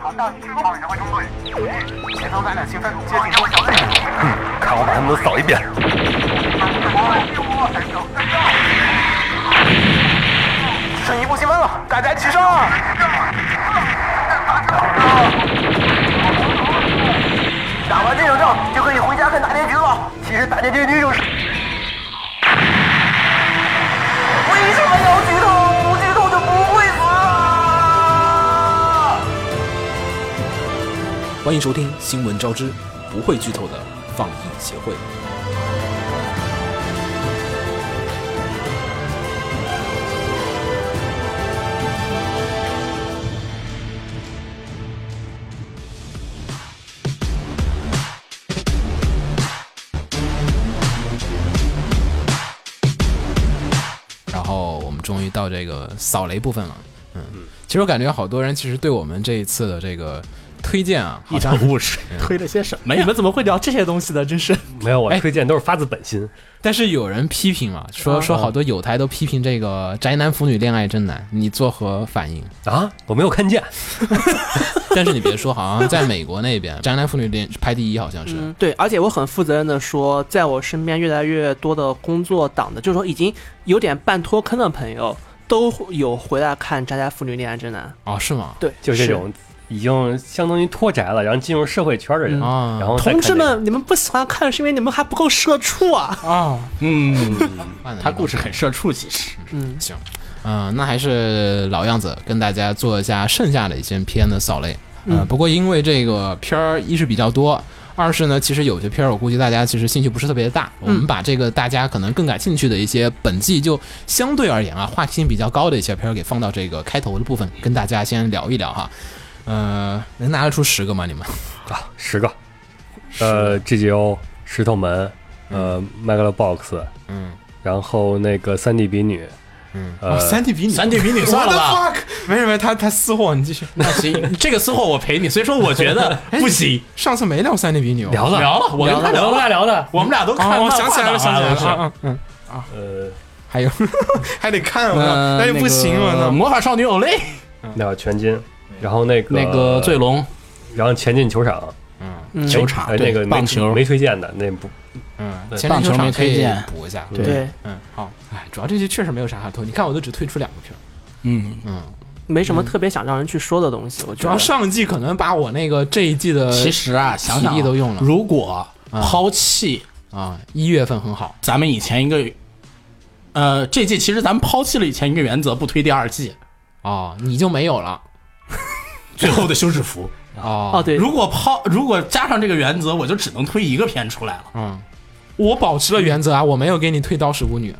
好，到你这个方位指挥中队，前方咱俩清分，接近多小队。看我把他们都扫一遍。剩一步积分了，大家齐上！打完这场仗就可以回家看大结局了。其实大结局就是……为什么要剧透？不剧透就不会死啊！欢迎收听《新闻招之》，不会剧透的放映协会。然后我们终于到这个扫雷部分了。嗯，其实我感觉好多人其实对我们这一次的这个推荐啊，好像 务实。推了些什么没，你们怎么会聊这些东西的？真是，没有，我哎推荐都是发自本心。但是有人批评嘛，说说好多有台都批评这个宅男腐女恋爱真难，你作何反应？啊，我没有看见，但是你别说，好像在美国那 边宅男腐女恋排第一，好像是。嗯，对，而且我很负责任的说，在我身边越来越多的工作党的，就是说已经有点半脱坑的朋友，都有回来看《渣渣妇女恋爱指南》。哦，是吗？对，就是这是种已经相当于脱宅了，然后进入社会圈的人，啊然后再看同志这个，们，你们不喜欢看是因为你们还不够社畜啊！ 哦，嗯，换了他一个故事很社畜，其实嗯，行，嗯、那还是老样子，跟大家做一下剩下的一些片的扫雷。呃，嗯不过因为这个片儿一是比较多，二是呢，其实有些片儿我估计大家其实兴趣不是特别大。我们把这个大家可能更感兴趣的一些本季就相对而言啊，话题性比较高的一些片儿给放到这个开头的部分，跟大家先聊一聊哈。呃，能拿得出十个吗？你们？啊，十个，呃，GGO 石头门，呃，Megalobox，嗯然后那个三 D 比女，嗯，呃， D 比你，三 D 比你算了吧。没事没事，他他私货，你继续。那行，这个私货我赔你。所以说，我 觉得不行，上次哎没聊三 D 比你哦，聊了聊了，我跟聊他聊不了，来聊的，我们俩都看漫哦，画我想党起来了，想起来是了，嗯嗯。呃，还有 还得看啊我呃，那就哎不行啊那个了。魔法少女 Olay，那个全金，然后那个那呃个醉，龙，然后前进球场，嗯球场哎，对那个没棒球没推荐的，那不嗯，对前棒面球球场没可以推荐补一下。 对对，嗯，好，哎，主要这些确实没有啥可推，你看我都只推出两个片儿，嗯，嗯，没什么特别想让人去说的东西，我觉主得。要上季可能把我那个这一季的其实啊，想体想呃力都用了如果嗯抛弃啊，一月份很好，咱们以前一个，呃，这季其实咱们抛弃了以前一个原则，不推第二季哦，你就没有了，最后的休止符。哦，哦，，对， 啊如果抛，如果加上这个原则，我就只能推一个片出来了。嗯，我保持了原则啊，我没有给你推刀使舞 女啊。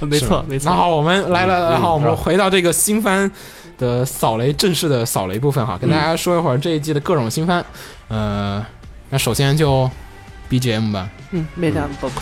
没错，没那错。好，我们来了，然后我们嗯回到这个新番的扫雷正式的扫雷部分哈，跟大嗯家说一会儿这一季的各种新番，呃，那首先就 BGM 吧，嗯，Made Up Box。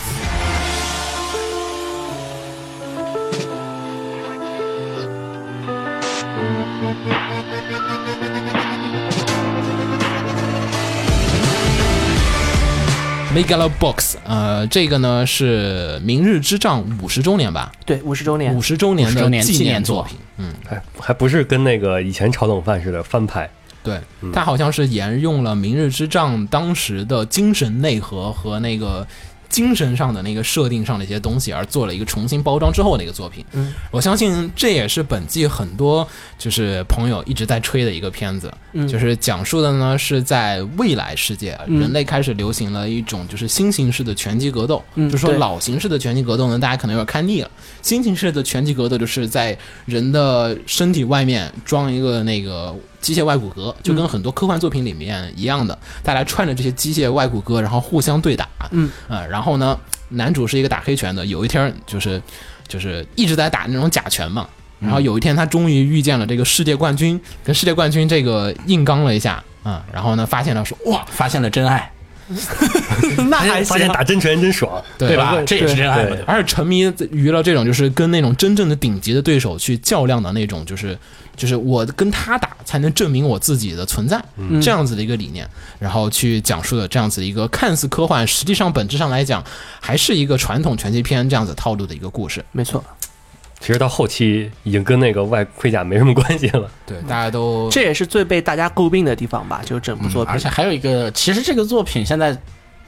Megalo Box，呃，这个呢是《明日之杖》五十周年吧，对，五十周年五。十周年50的周年纪念念作作品。还还不是跟那个以前炒冷饭似的翻拍，对，它好像是沿用了《明日之杖》当时的精神内核和那个精神上的那个设定上的一些东西，而做了一个重新包装之后的一个作品。嗯，我相信这也是本季很多就是朋友一直在吹的一个片子，嗯就是讲述的呢是在未来世界，啊嗯人类开始流行了一种就是新形式的拳击格斗，嗯就是说对老形式的拳击格斗呢，大家可能有点看腻了。新形式的拳击格斗就是在人的身体外面装一个那个机械外骨嗯骼，就跟很多科幻作品里面一样的，大家穿着这些机械外骨骼，然后互相对打。嗯，呃，然后呢，男主是一个打黑拳的，有一天就是就是一直在打那种假拳嘛。然后有一天，他终于遇见了这个世界冠军，跟世界冠军这个硬刚了一下，嗯，然后呢，发现了说哇，发现了真爱，那还发现行。打真拳真爽，对对吧吧？这也是真爱嘛对。而且沉迷于了这种就是跟那种真正的顶级的对手去较量的那种，就是就是我跟他打才能证明我自己的存在，这样子的一个理念，然后去讲述了这样子一个看似科幻，嗯实际上本质上来讲还是一个传统拳击片这样子套路的一个故事。没错，其实到后期已经跟那个外盔甲没什么关系了。 对，大家都这也是最被大家诟病的地方吧，就是嗯整部作品而。且还有一个，其实这个作品现在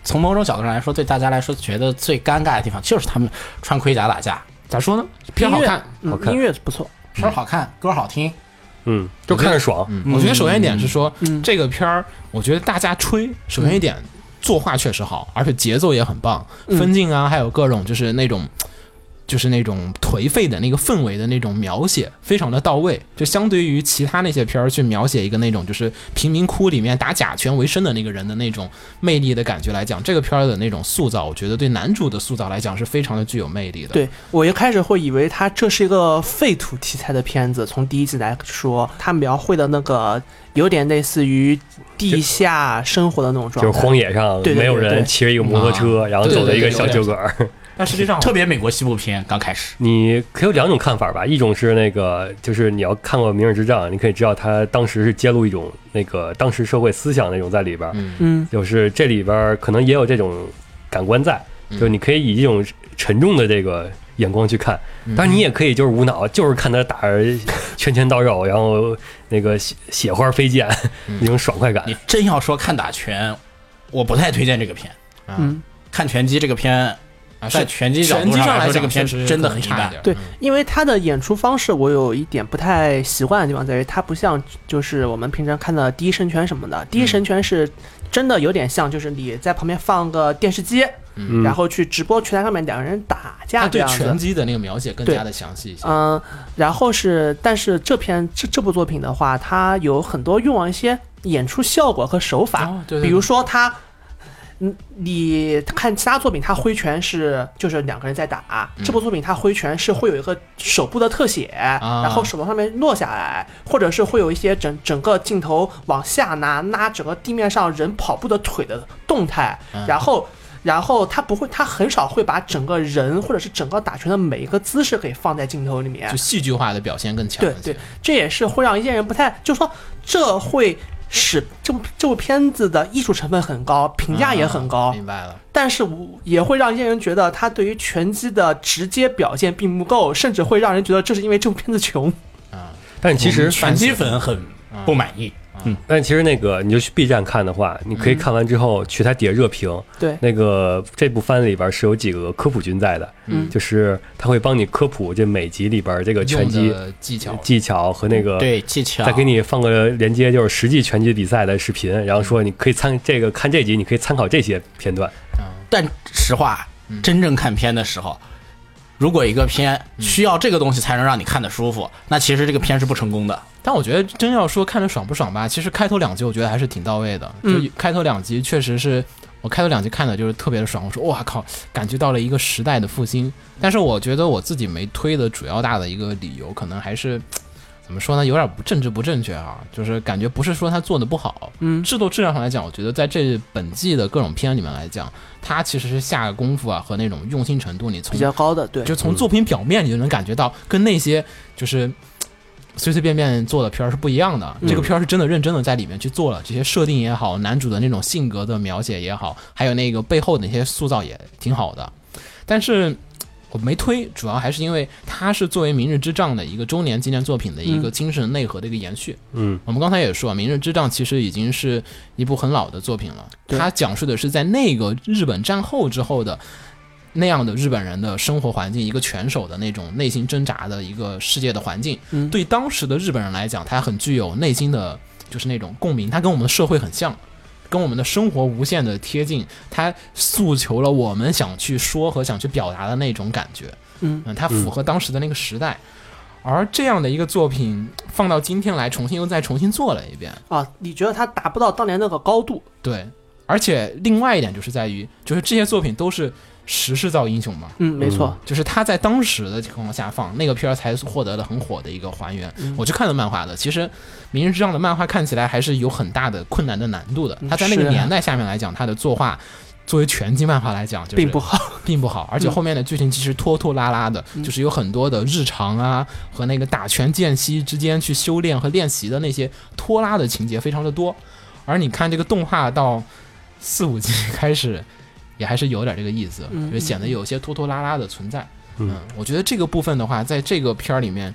从某种角度上来说，对大家来说觉得最尴尬的地方就是他们穿盔甲打架，咋说呢？片儿好看，嗯好看音乐不错，片儿好看，歌好听，嗯，就看着爽。嗯我觉得首先一点是说，嗯这个片儿，我觉得大家吹，首先一点、作画确实好，而且节奏也很棒，嗯分镜啊，还有各种就是那种。就是那种颓废的那个氛围的那种描写，非常的到位。就相对于其他那些片儿去描写一个那种就是贫民窟里面打假拳为生的那个人的那种魅力的感觉来讲，这个片儿的那种塑造，我觉得对男主的塑造来讲是非常的具有魅力的。对我一开始会以为它这是一个废土题材的片子，从第一季来说，它描绘的那个有点类似于地下生活的那种嗯就是状态，荒野上对对对没有对人，骑着一个摩托车，啊然后对走了一个对对小有酒馆儿。但实际上，特别美国西部片刚开始。你可以有两种看法吧，一种是那个，就是你要看过《明日之战》，你可以知道他当时是揭露一种那个当时社会思想那种在里边儿，嗯，嗯，就是这里边儿可能也有这种感官在，嗯就是你可以以一种沉重的这个眼光去看，嗯当然你也可以就是无脑，就是看他打着拳拳到肉，然后那个血血花飞溅嗯那种爽快感你。真要说看打拳，我不太推荐这个片。啊嗯看拳击这个片，啊在是拳击角拳度击上来来讲说，这个片确实真的可很能一差般一。点儿。对嗯，因为它的演出方式我有一点不太习惯的地方在于，它不像就是我们平常看的《第一神拳》什么的，《第一神拳》是真的有点像，就是你在旁边放个电视机，嗯然后去直播群台上面两个人打他架这啊对样子。拳击的那个描写更对加的详细一些。嗯，然后是，但是这篇这这部作品的话，它有很多用了一些演出效果和手法，哦对对比如对说它，嗯，你看其他作品，它挥拳是就是两个人在打，嗯这部作品它挥拳是会有一个手部的特写，啊然后手往上面落下来，或者是会有一些整整个镜头往下拉，拉整个地面上人跑步的腿的动态，然后。然后他不会，他很少会把整个人或者是整个打拳的每一个姿势给放在镜头里面就，戏剧化的表现更强对一些。对，这也是会让一些人不太，就说这会使这部这部片子的艺术成分很高，评价也很高，啊明白了，但是我也会让一些人觉得他对于拳击的直接表现并不够，甚至会让人觉得这是因为这部片子穷。啊但其实拳击粉很不满意，但其实那个，你就去 B 站看的话，你可以看完之后去它底下热评。对那个这部番里边是有几个科普君在的，嗯就是他会帮你科普这每集里边这个拳用击呃的技巧嗯技巧和那个。嗯对技巧再给你放个连接，就是实际拳击比赛的视频，然后说你可以参这个看这集，你可以参考这些片段。但实话，真正看片的时候，如果一个片需要这个东西才能让你看得舒服，那其实这个片是不成功的。但我觉得真要说看着爽不爽吧，其实开头两集我觉得还是挺到位的。就开头两集确实是我开头两集看的就是特别的爽，我说哇靠，感觉到了一个时代的复兴。但是我觉得我自己没推的主要大的一个理由，可能还是。怎么说呢？有点不政治不正确啊，就是感觉不是说他做的不好，嗯制作质量上来讲，我觉得在这本季的各种片里面来讲，他其实是下功夫啊和那种用心程度，你从比较高的，对，就从作品表面你就能感觉到，跟那些就是嘖随随便便做的片儿是不一样嗯的。这个片儿是真的认真的在里面去做了，这些设定也好，男主的那种性格的描写也好，还有那个背后的那些塑造也挺好的。但是嘖我没推，主要还是因为它是作为《明日之杖》的一个周年纪念作品的嗯一个精神内核的一个延续。嗯，我们刚才也说，《啊明日之杖》其实已经是一部很老的作品了。对它讲述的是在那个日本战后之后的那样的日本人的生活环境，一个拳手的那种内心挣扎的一个世界的环境。嗯对当时的日本人来讲，它很具有内心的就是那种共鸣，它跟我们的社会很像。跟我们的生活无限的贴近，它诉求了我们想去说和想去表达的那种感觉。嗯它符合当时的那个时代。而这样的一个作品放到今天来，重新又再重新做了一遍，啊，你觉得他达不到当年那个高度？对。而且另外一点就是在于，就是这些作品都是时势造英雄嘛，嗯，没错，啊就是他在当时的情况下放那个片儿才获得了很火的一个还原。嗯我去看了漫画的，其实《明日之杖》的漫画看起来还是有很大的困难的难度的。他在那是个啊年代下面来讲，他的作画作为拳击漫画来讲，就是并不好。并不好，而嗯且后面的剧情其实拖拖拉拉的，就是有很多的日常啊和那个打拳间隙之间去修炼和练习的那些拖拉的情节非常的多。而你看这个动画到嗯四五集开始，也还是有点这个意思，就显得有些拖拖拉拉的存在。嗯嗯，我觉得这个部分的话，在这个片儿里面，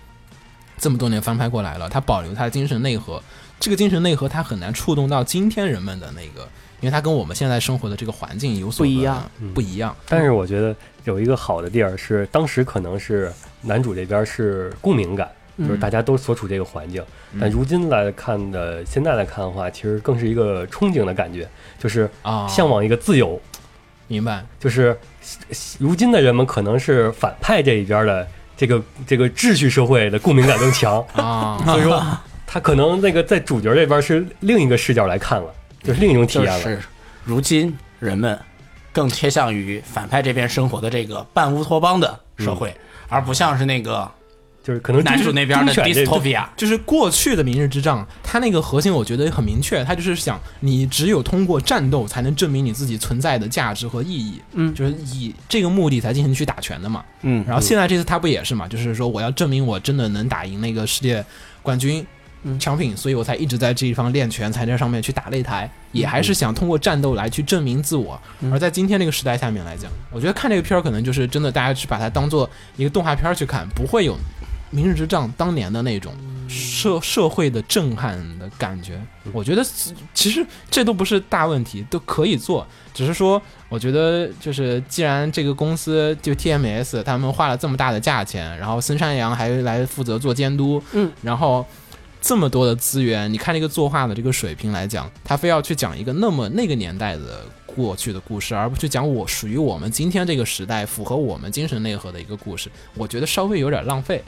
这么多年翻拍过来了，它保留它的精神内核，这个精神内核它很难触动到今天人们的那个，因为它跟我们现在生活的这个环境有所不一样，不一样。但是我觉得有一个好的地儿是，当时可能是男主这边是共鸣感，就是嗯大家都所处这个环境。但如今来看的，现在来看的话，其实更是一个憧憬的感觉，就是啊，向往一个自由。明白，就是如今的人们可能是反派这一边的这个这个秩序社会的共鸣感更 强，啊，所以说他可能那个在主角这边是另一个视角来看了，就是另一种体就验了。是如今人们更偏向于反派这边生活的这个半乌托邦的社会，而不像是那个呃就是可能男主那边的 dystopia。就是过去的《明日之杖》，它那个核心我觉得很明确，它就是想你只有通过战斗才能证明你自己存在的价值和意义，嗯就是以这个目的才进行去打拳的嘛。嗯然后现在这次他不也是嘛，就是说我要证明我真的能打赢那个世界冠军。嗯强品，所以我才一直在这一方练拳，才在上面去打擂台，也还嗯是想通过战斗来去证明自我。而在今天这个时代下面来讲，我觉得看这个片儿可能就是真的，大家去把它当做一个动画片儿去看，不会有《明日之杖》当年的那种嗯社社会的震撼的感觉。我觉得其实这都不是大问题，都可以做，只是说我觉得就是，既然这个公司就 TMS 他们花了这么大的价钱，然后森山阳还来负责做监督，嗯，然后这么多的资源，你看这个作画的这个水平来讲，他非要去讲一个那么那个年代的过去的故事，而不去讲我属于我们今天这个时代符合我们精神内核的一个故事，我觉得稍微有点浪费。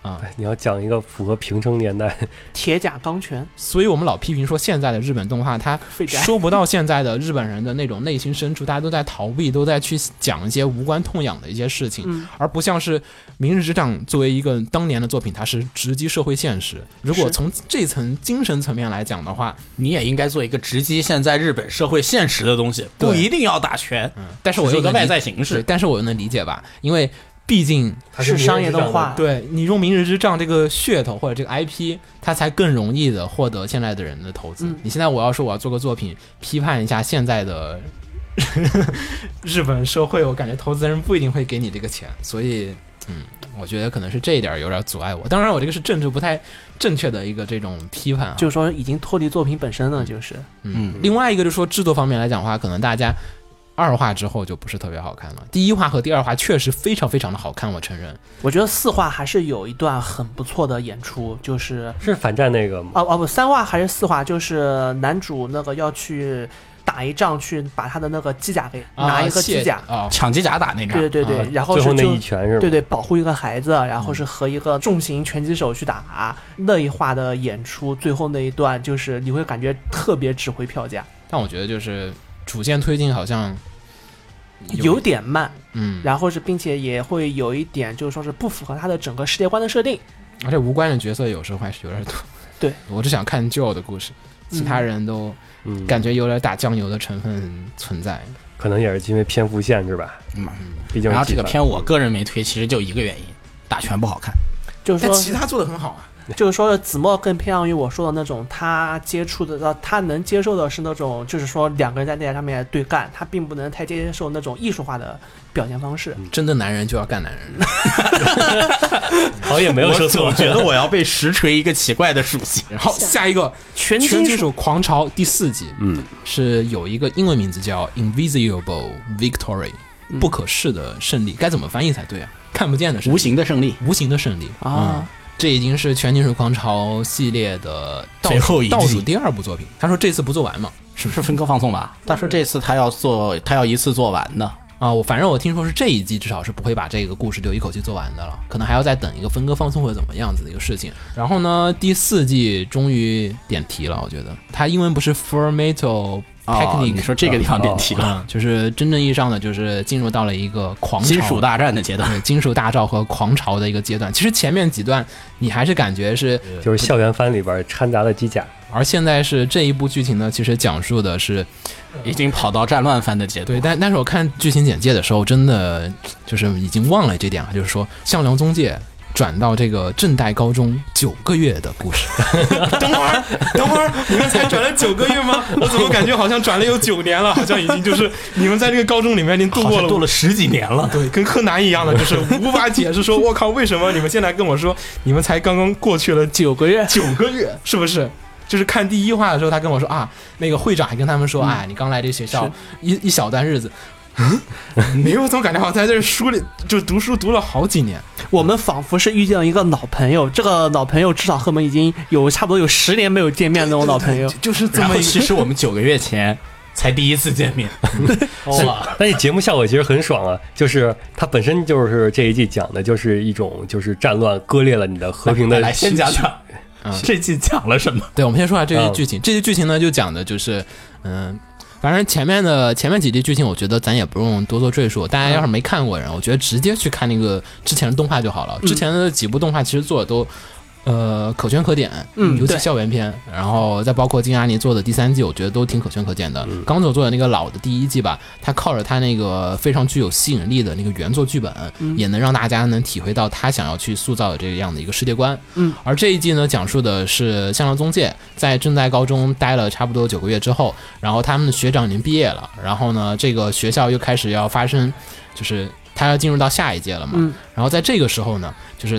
啊你要讲一个符合平成年代，铁甲钢拳，所以我们老批评说现在的日本动画，它废宅说不到现在的日本人的那种内心深处，大家都在逃避，都在去讲一些无关痛痒的一些事情，嗯而不像是《明日之杖》作为一个当年的作品，它是直击社会现实。如果是从这层精神层面来讲的话，你也应该做一个直击现在日本社会现实的东西，对不一定要打拳，但是我只是又一个能外理在形对式。但是我又能理解吧，因为毕竟它是是商业动画对你用《明日之杖》这个噱头或者这个 IP，它才更容易的获得现在的人的投资。嗯你现在我要说我要做个作品，批判一下现在的 日本社会，我感觉投资人不一定会给你这个钱，所以。嗯，我觉得可能是这一点儿有点阻碍我。当然，我这个是政治不太正确的一个这种批判啊。就是说已经脱离作品本身了，就是嗯，另外一个就是说制作方面来讲的话，可能大家二话之后就不是特别好看了。第一话和第二话确实非常非常的好看，我承认。我觉得四话还是有一段很不错的演出，就是是反战那个吗？哦哦不，三话还是四话，就是男主那个要去打一仗，去把他的那个机甲给拿一个机甲，啊，抢机甲打对那仗，对对对，然后啊呃最是后那就一拳是嗯吗？对对保护一个孩子，然后是和一个重型拳击手去打那一话的演出，最后那一段就是你会感觉特别值回票价，但我觉得就是主线推进好像有点慢，嗯，然后是并且也会有一点就是说是不符合他的整个世界观的设定，而且无关的角色有时候还是有点多。对， 我只想看 Joe 的故事，其他人都嗯，感觉有点打酱油的成分存在。可能也是因为篇幅限制吧。嗯，毕竟是然后这几个番片我个人没推，其实就一个原因，打拳不好看。就是说他做的很好啊。就是说，子墨更偏向于我说的那种，他接触的到他能接受的是那种，就是说两个人在擂台上面对干，他并不能太接受那种艺术化的表现方式。嗯真的男人就要干男人，好像也没有说错我总，觉得我要被实锤一个奇怪的属性。然后下一个全全金金属狂潮第四集，嗯，是有一个英文名字叫 Invisible Victory，不嗯可视的胜利，该怎么翻译才对啊？看不见的胜利无形的胜利，无形的胜利啊嗯这已经是《全金属狂潮》系列的倒最后数一季倒数第二部作品。他说这次不做完嘛？是不是分割放送吧？但是这次他要做，他要一次做完的。啊，我反正我听说是这一季至少是不会把这个故事就一口气做完的了，可能还要再等一个分割放松或者怎么样子的一个事情。然后呢，第四季终于点题了，我觉得它英文不是 Formato 哦， Technique，、你说这个地方点题了，嗯，就是真正意义上的就是进入到了一个狂潮金属大战的阶段。对金属大潮和狂潮的一个阶段。其实前面几段你还是感觉是就是校园番里边掺杂了机甲，而现在是这一部剧情呢，其实讲述的是已经跑到战乱番的阶段对，。但但是我看剧情简介的时候，真的就是已经忘了这点了，就是说向良宗介转到这个正代高中九个月的故事。 等会儿，等会儿，你们才转了九个月吗？ 我怎么感觉好像转了有九年了？好像已经就是你们在这个高中里面已经度好过像了度了十几年了。对，跟柯南一 样的，就是无法解释说，我靠，为什么你们现在跟我说，你们才刚刚过去了九个月，九个月， 是不是？就是看第一话的时候，他跟我说啊，那个会长还跟他们说，啊，你刚来这学校一一小段日子，嗯， 没有，总感觉好像在这书里就读书读了好几年，我们仿佛是遇见了一个老朋友，这个老朋友至少和我们已经有差不多有十年没有见面的那种老朋友。就是这然么后一其实我们九个月前才第一次 见面，哇，但是节目效果其实很爽啊，就是它本身就是这一季讲的就是一种就是战乱割裂了你的和平的来先讲讲嗯这季讲了什么？对，我们先说下这啊些嗯剧情。这些剧情呢，就讲的就是，嗯、反正前面的前面几集剧情，我觉得咱也不用多做赘述。大家嗯要是没看过的人，我觉得直接去看那个之前的动画就好嗯了。之前的几部动画其实做的都。呃，可圈可点，嗯尤其对校园片，然后再包括金阿尼做的第三季，我觉得都挺可圈可点的。嗯刚总做的那个老的第一季吧，他靠着他那个非常具有吸引力的那个原作剧本，嗯也能让大家能体会到他想要去塑造的这样的一个世界观。而这一季呢，讲述的是向阳宗介在正代高中待了差不多九个月之后，然后他们的学长已经毕业了，然后呢，这个学校又开始要发生，就是他要进入到下一届了嘛。嗯然后在这个时候呢，就是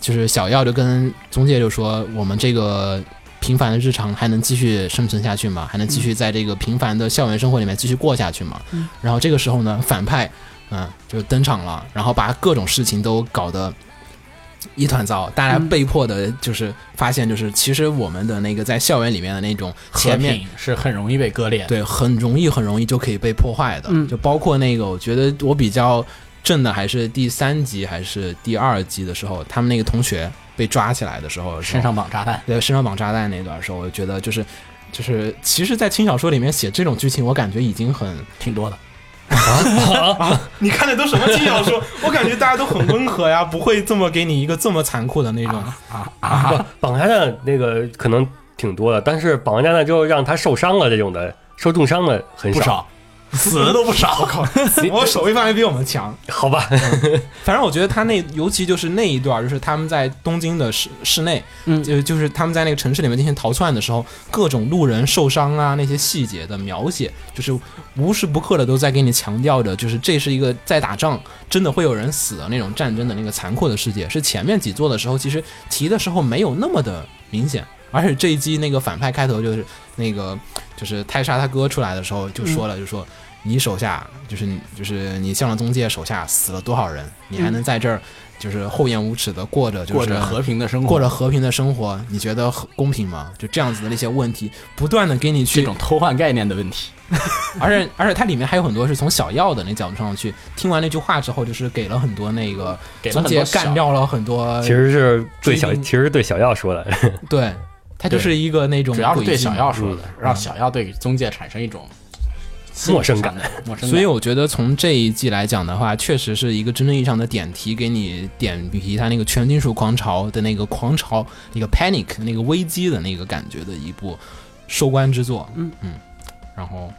就是小耀就跟宗介就说，我们这个。平凡的日常还能继续生存下去吗？还能继续在这个平凡的校园生活里面继续过下去吗？嗯然后这个时候呢，反派嗯就登场了，然后把各种事情都搞得一团糟，大家嗯被迫的就是发现，就是其实我们的那个在校园里面的那种前面是很容易被割裂的，对，很容易很容易就可以被破坏的。嗯就包括那个，我觉得我比较震的还是第三集还是第二集的时候，他们那个同学被抓起来的时候，身上绑炸弹。对身上绑炸弹那段时候，我觉得就是。就是，其实，在轻小说里面写这种剧情，我感觉已经很挺多的，你 看的都什么轻小说？我感觉大家都很温和呀，不会这么给你一个这么残酷的那种。不绑架的那个可能挺多的，但是绑架的就让他受伤了这种的，受重伤的很不少，少，死的都不少。我手艺范围比我们强。好吧？反正我觉得他那，尤其就是那一段儿，就是他们在东京的室室内，嗯就就是他们在那个城市里面进行逃窜的时候，各种路人受伤啊那些细节的描写，就是无时不刻的都在给你强调着，就是这是一个在打仗，真的会有人死的那种战争的那个残酷的世界。是前面几座的时候，其实提的时候没有那么的明显，而且这一集那个反派开头就是那个就是泰莎他哥出来的时候就说了，就说。你手下就是你就是你向了宗介手下死了多少人，你还能在这儿就是厚颜无耻的过着就是过着和平的生活，过着和平的生活，你觉得很公平吗？就这样子的那些问题，不断的给你这去，种偷换概念的问题。而且而且它里面还有很多是从小药的那角度上去听完那句话之后，就是给了很多那个给了总很多结干掉了很多，其实是对小，追兵其实是对小耀说的，对，它就是一个那种主要是对小药。耀说的，让小耀对中介产生一种陌生感心理上的陌生感。所以我觉得从这一季来讲的话，确实是一个真正意义上的点题，给你点题它那个全金属狂潮的那个狂潮、那个 panic、那个危机的那个感觉的一部收官之作。嗯嗯，然后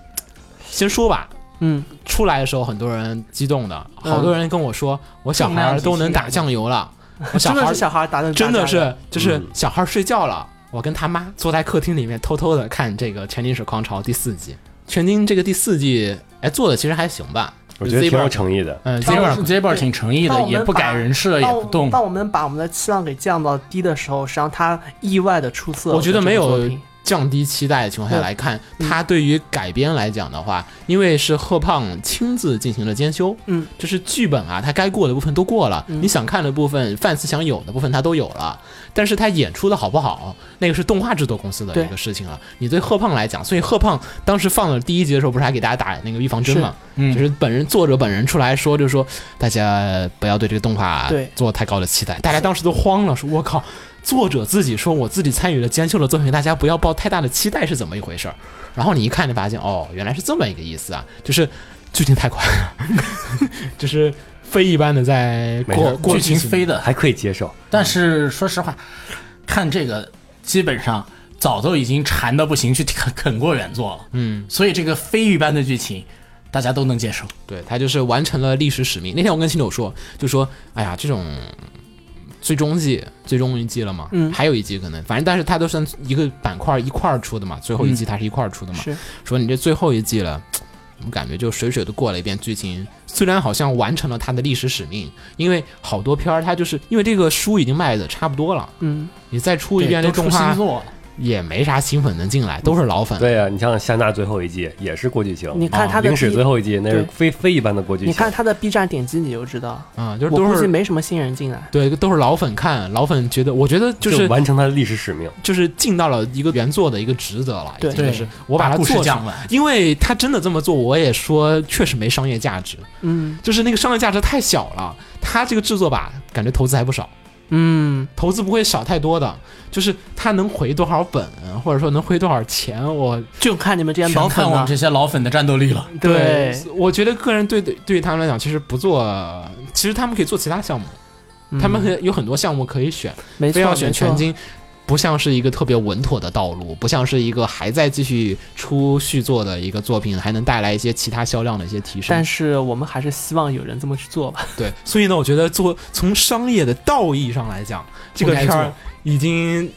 先说吧，嗯，出来的时候很多人激动的，好多人跟我说，我小孩儿都能打酱油 了，我小真孩的儿是小孩打的，真的是就是嗯小孩儿睡觉了，我跟他妈坐在客厅里面偷偷的看这个《全金水狂潮》第四季。全金这个第四季，哎，做的其实还行吧，我觉得 Zebra 挺有诚意的。嗯 z e b r ，Zebra z e b r 挺诚意当的，呃我们也不改人设，也当不我动。当我们哦把我们的期望给降到低的时候，是让他意外的出色。我觉得没有这部作品降低期待的情况下来看，嗯它对于改编来讲的话，因为是贺胖亲自进行了监修，嗯，就是剧本啊，他该过的部分都过了，嗯你想看的部分、范思想有的部分他都有了，但是他演出的好不好，那个是动画制作公司的对一个事情了。你对贺胖来讲，所以贺胖当时放了第一集的时候，不是还给大家打那个预防针吗？嗯就是本人作者本人出来说，就是说大家不要对这个动画对做太高的期待，大家当时都慌了，说我靠，作者自己说我自己参与了监修的作品，大家不要抱太大的期待是怎么一回事儿？然后你一看就发现，哦，原来是这么一个意思啊，就是剧情太快了， 就是飞一般的在没事过过剧情去飞的，还可以接受，但是说实话，看这个基本上早都已经馋的不行，去啃啃过原作了。嗯，所以这个非一般的剧情，大家都能接受。对他就是完成了历史使命。那天我跟秦柳说，就说，哎呀，这种最终季最终一季了嘛，嗯还有一季可能，反正但是它都是一个板块一块儿出的嘛，最后一季它是一块儿出的嘛，是说你这最后一季了，怎么感觉就水水的过了一遍剧情？虽然好像完成了它的历史使命，因为好多片儿它就是因为这个书已经卖的差不多了，嗯，你再出一对遍这都出动新画作了，也没啥新粉能进来，都是老粉。对呀、你像夏娜最后一季也是过剧情，你看他的灵史 B，、啊最后一季那是对非非一般的过剧情。你看他的 B 站点击你就知道，啊、就是我都估计是没什么新人进来。对，都是老粉看，老粉觉得，我觉得就是完成他的历史使命。就是尽到了一个原作的一个职责了，已对经就是我把它故事做出讲来。完。因为他真的这么做，我也说确实没商业价值，嗯就是那个商业价值太小了。他这个制作吧，感觉投资还不少，嗯，投资不会少太多的，就是他能回多少本，或者说能回多少钱，我就看你们这些老全看粉我们了。这些老粉的战斗力了。对，我觉得个人对对对于他们来讲，其实不做，其实他们可以做其他项目，嗯他们可以有很多项目可以选，没错非要选没错全金，不像是一个特别稳妥的道路，不像是一个还在继续出续作的一个作品，还能带来一些其他销量的一些提升但。是我们还是希望有人这么去做吧。对，所以呢，我觉得做从商业的道义上来讲，这个不该片做儿已经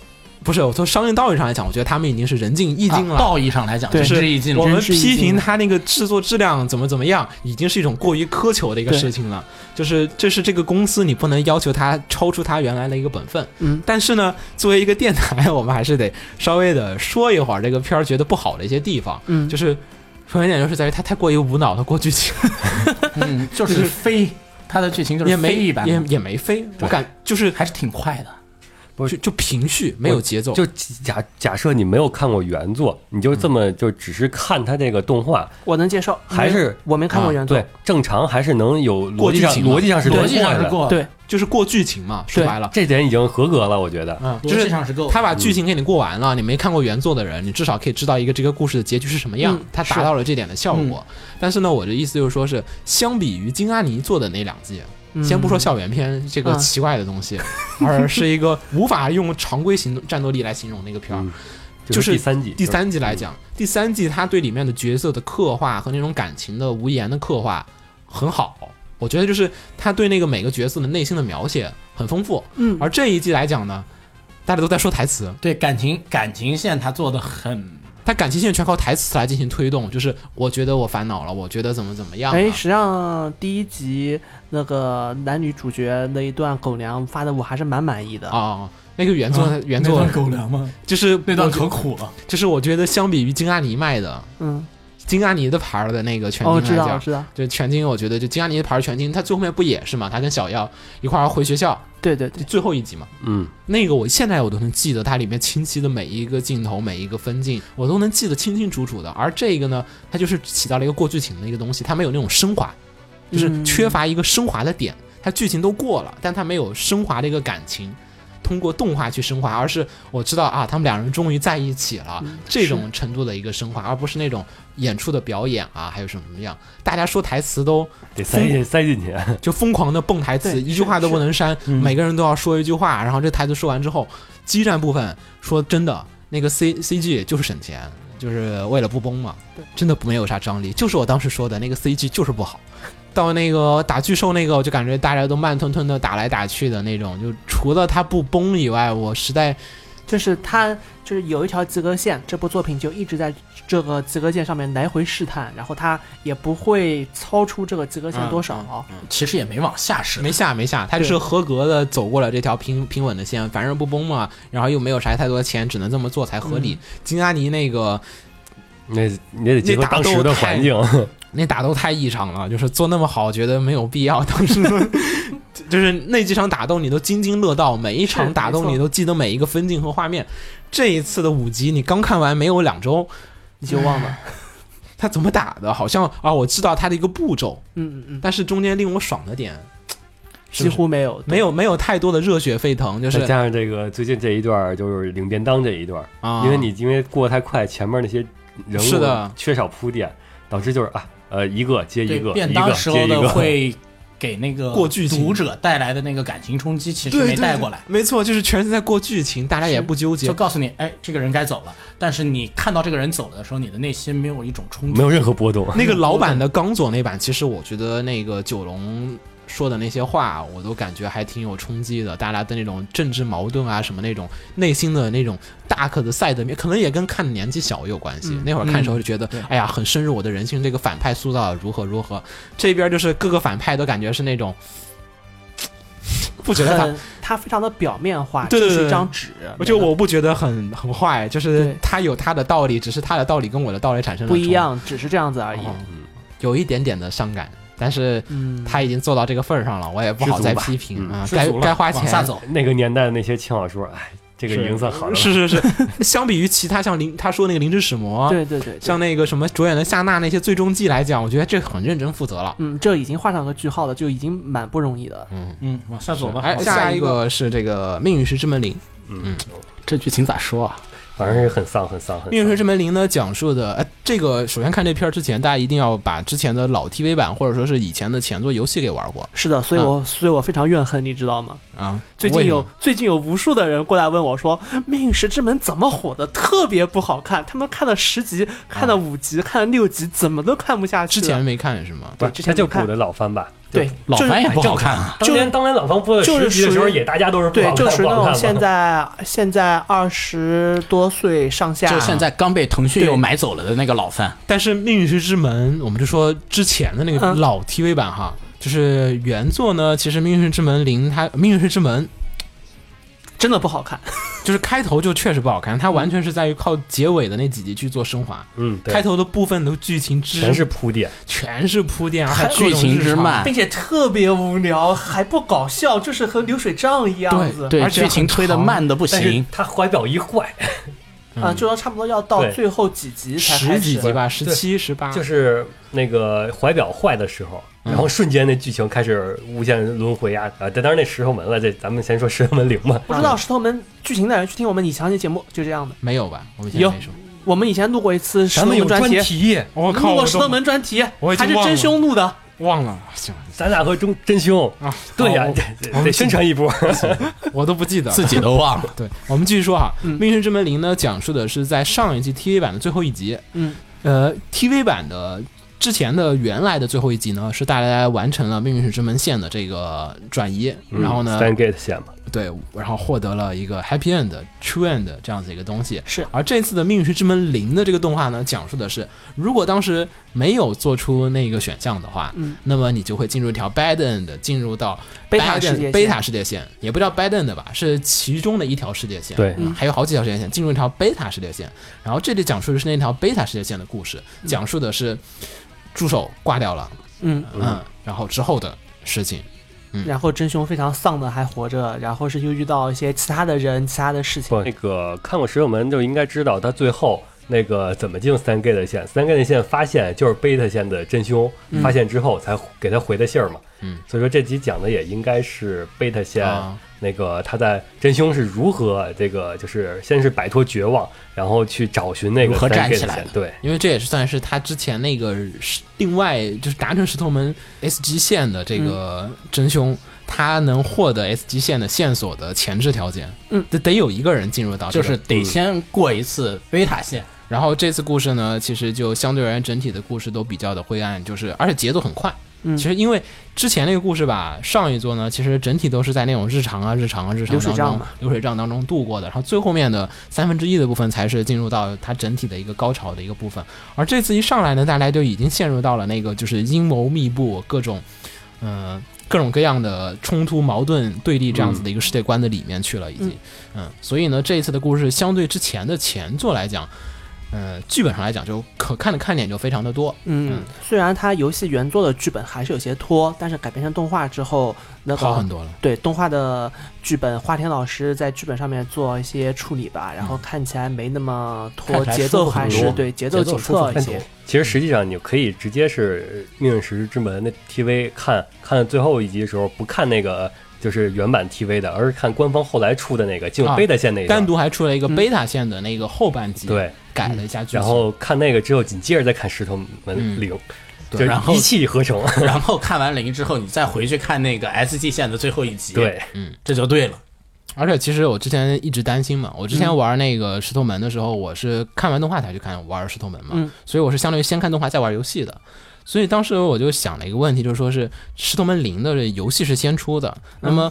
不是从商业道义上来讲，我觉得他们已经是人尽义尽啊了。道义上来讲，对就是仁至义尽了。我们真是一批评定他那个制作质量怎么怎么样，已经是一种过于苛求的一个对事情了。就是这是这个公司，你不能要求他超出他原来的一个本分。嗯，但是呢，作为一个电台， 我们还是得稍微的说一会儿这个片儿觉得不好的一些地方。嗯就是首先一点就是在于它太过于无脑的过剧情，嗯，就是飞，它的剧情就是也没飞一般，也也没飞，我感就是还是挺快的。不就就平叙，没有节奏。就假假设你没有看过原作，你就这么就只是看他这个动画，我能接受，还是啊因为我没看过原作。对，正常还是能有逻过辑剧上情嘛逻辑上是逻辑上是的，哦过，，对就是过剧情嘛，说对白了。这点已经合格了，我觉得。嗯，就逻辑是上是够。他把剧情给你过完了，你没看过原作的人，你至少可以知道一个这个故事的结局是什么样嗯，他达到了这点的效果。但是呢，我的意思就是说是，相比于金阿尼做的那两季，嗯先不说校园片这个嗯奇怪的东西，而是一个无法用常规行动战斗力来形容那个片儿。嗯，就就是第三季， 第三季来讲，第三季他对里面的角色的刻画和那种感情的无言的刻画很好，我觉得就是他对那个每个角色的内心的描写很丰富。嗯而这一季来讲呢，大家都在说台词，对感情感情线，他做的很他感情线全靠台词来进行推动，就是我觉得我烦恼了，我觉得怎么怎么样、啊。哎，实际上第一集那个男女主角那一段狗粮发的，我还是蛮满意的。啊，那个原作、啊原作那段狗粮吗？就是那段我觉可苦了。就是我觉得相比于金阿尼卖的嗯，金阿尼的牌儿的那个全哦，我金知来道，我讲，知道，就全金，我觉得就金阿尼的牌儿全金，他最后面不也是嘛？他跟小耀一块儿回学校，对对对，最后一集嘛。嗯，那个我现在我都能记得它里面清晰的每一个镜头、每一个分镜，我都能记得清清楚楚的。而这个呢，它就是起到了一个过剧情的一个东西，它没有那种升华，就是嗯缺乏一个升华的点。它剧情都过了，但它没有升华的一个感情，通过动画去升华，而是我知道啊，他们两人终于在一起了、这种程度的一个升华，而不是那种演出的表演啊，还有什么什么样，大家说台词都得塞进塞进去，啊就疯狂的蹦台词，对一句话都不能删，每个人都要说一句话，然后这台词说完之后，激战部分说真的，那个 C C G 就是省钱，就是为了不崩嘛，真的没有啥张力，就是我当时说的那个 C G 就是不好。到那个打巨兽那个，我就感觉大家都慢吞吞的打来打去的那种，就除了它不崩以外，我实在就是他就是有一条及格线，这部作品就一直在这个及格线上面来回试探，然后他也不会超出这个及格线多少。嗯其实也没往下试，没下没下，他就是合格的走过了这条平平稳的线，反正不崩嘛，然后又没有啥太多钱，只能这么做才合理。金阿尼那个 那你得结合那打斗当时的环境。那打斗太异常了，就是做那么好，觉得没有必要。当时就是那几场打斗你都津津乐道，每一场打是斗没错你都记得每一个分镜和画面。这一次的五集你刚看完没有两周，你就忘了，他怎么打的？好像啊，我知道他的一个步骤，嗯嗯嗯，但是中间令我爽的点是几不是乎没有，没有没有太多的热血沸腾，就再是 加上这个最近这一段儿就是领便当这一段儿，啊，因为你因为过得太快，前面那些人是的物缺少铺垫，导致就是啊呃一个接一对个，便一个当时候接一的个。会给那个过剧情读者带来的那个感情冲击，其实对没对带过来。没错，就是全是在过剧情，大家也不纠结就。告诉你，哎，这个人该走了。但是你看到这个人走了的时候，你的内心没有一种 冲没 突。有任何波动， 那个老版的刚佐那版，其实我觉得那个九龙说的那些话，我都感觉还挺有冲击的。大家的那种政治矛盾啊，什么那种内心的那种大克的赛的面，可能也跟看的年纪小有关系。那会儿看的时候就觉得，哎呀，很深入我的人性。这个反派塑造得如何如何，这边就是各个反派都感觉是那种，不觉得他很，它非常的表面化，对对就是对一张纸。 我就我不觉得很很坏，就是对他有他的道理，只是他的道理跟我的道理产生了不一冲样，只是这样子而已。哦有一点点的伤感，但是嗯他已经做到这个份儿上了，我也不好再批嗯评啊、知该该花往下 钱。走，那个年代的那些轻小说，哎，这个已经算好的了。是是是，相比于其他像灵他说那个《灵之使魔》，对对对，对像那个什么主演的夏娜那些《最终季》来讲，我觉得这很认真负责了。嗯，这已经画上个句号了，就已经蛮不容易的。嗯，往下走吧。哎，往下一一个是这个《命运石之门铃》，嗯，这剧情咋说啊？反正是很丧，很丧，很《命运石丧。之门铃》呢，讲述的，哎、这个首先看这片儿之前，大家一定要把之前的老 TV 版或者说是以前的前作游戏给玩过是的，所以我、所以我非常怨恨，你知道吗？啊。最为近什么有最近有无数的人过来问我说，《命运石之门》怎么火的特别不好看？他们看了十集，看了五集，看了六集，怎么都看不下去之了。前没看是吗？不对之是，前他就没看补的老番吧。对老就是番也不好看啊。当年当年老番播的就是十集的时候，属于也大家都是不对好，看就属于不那好种看嘛现在现在二十多岁上下，啊就现在刚被腾讯又买走了的那个老番，但是《命运石之门》，我们就说之前的那个嗯老 TV 版哈，就是原作呢，其实《命运石之门零》它《命运石之门》真的不好看。就是开头就确实不好看，它完全是在于靠结尾的那几集去做升华。嗯，对开头的部分的剧情之全是铺垫，全是铺垫，还还剧情之哎慢并且特别无聊，还不搞笑，就是和流水账一样子。对而且剧情很推的长慢的不但是 行。他怀表一坏，啊，就说差不多要到对最后几集才开十始。几集吧，十对七、十八，就是那个怀表坏的时候，然后瞬间那剧情开始无限轮回啊啊！但当然那石头门了，这咱们先说石头门铃嘛。不知道石头门剧情的人去听我们以前的节目，就这样的。没有吧？我们现在有没说。我们以前录过一次石咱头们有门专题，题， 我录过石头门专题我已，经还是忘了真凶录的。忘了，行了咱俩和中真凶。啊，对呀、好得我得得宣传一波。 我都不记得了，自己都忘了对，我们继续说哈，嗯《命运之门零》呢，讲述的是在上一季 TV 版的最后一集。嗯，呃，TV 版的之前的原来的最后一集呢，是大家完成了命运石之门线的这个转移，嗯然后呢， s t a n Gate 线嘛，对，然后获得了一个 happy end、true end 这样子一个东西。是而这次的《命运石之门零》的这个动画呢，讲述的是，如果当时没有做出那个选项的话，嗯，那么你就会进入一条 bad end，进入到贝 bad 塔世界线 end- 贝塔世界线，也不叫 bad end 吧，是其中的一条世界线。嗯对还有好几条世界线，进入一条贝塔世界线。然后这里讲述的是那条贝塔世界线的故事，讲述的是助手挂掉了，嗯，嗯，然后之后的事情。嗯然后真凶非常丧的还活着，然后是又遇到一些其他的人、其他的事情。不，那个看过石头门就应该知道，他最后那个怎么进 s t a n Gate 线 s t a n Gate 线发现就是 Beta 线的真凶，嗯发现之后才给他回的信儿嘛。嗯，所以说这集讲的也应该是 Beta 线啊那个他在真凶是如何这个就是先是摆脱绝望，然后去找寻那个如何 s t a 站 n Gate 起来线的。对，因为这也是算是他之前那个是另外就是达成石头门 S G 线的这个嗯真凶，他能获得 S G 线的线索的前置条件，嗯，得得有一个人进入到、这就个，嗯是得先过一次贝塔线。然后这次故事呢，其实就相对而言整体的故事都比较的灰暗，就是而且节奏很快。嗯其实因为之前那个故事吧，上一座呢，其实整体都是在那种日常啊、日常啊、日常流水当账中嘛流水账当中度过的，然后最后面的三分之一的部分才是进入到它整体的一个高潮的一个部分。而这次一上来呢，大家就已经陷入到了那个就是阴谋密布、各种嗯、呃各种各样的冲突、矛盾、对立这样子的一个世界观的里面去了，已经。嗯，所以呢，这一次的故事相对之前的前作来讲，呃，剧本上来讲就可看的看点就非常的多。嗯嗯，虽然它游戏原作的剧本还是有些拖，但是改编成动画之后，那个好很多了。对动画的剧本，花田老师在剧本上面做一些处理吧，然后看起来没那么拖，看起来节舒奏服还很是多对节节奏紧舒服凑一很些多。其实实际上你可以直接是《命运石之门》的 TV 看看最后一集的时候，不看那个就是原版 TV 的，而是看官方后来出的那个进入啊 Beta 线那一段。单独还出了一个贝塔线的那个后半集，对，改了一下剧情。然后看那个之后，紧接着再看石头嗯门铃，对嗯就然后一气呵成。然嗯后看完零之后，你再回去看那个 S G 线的最后一集，对，这就对了。而且其实我之前一直担心嘛，我之嗯前玩那个石头门的时候，我是看完动画才去看玩石头门嘛，嗯所以我是相当于先看动画再玩游戏的。所以当时我就想了一个问题，就是说是《石头门零》的这游戏是先出的，嗯那么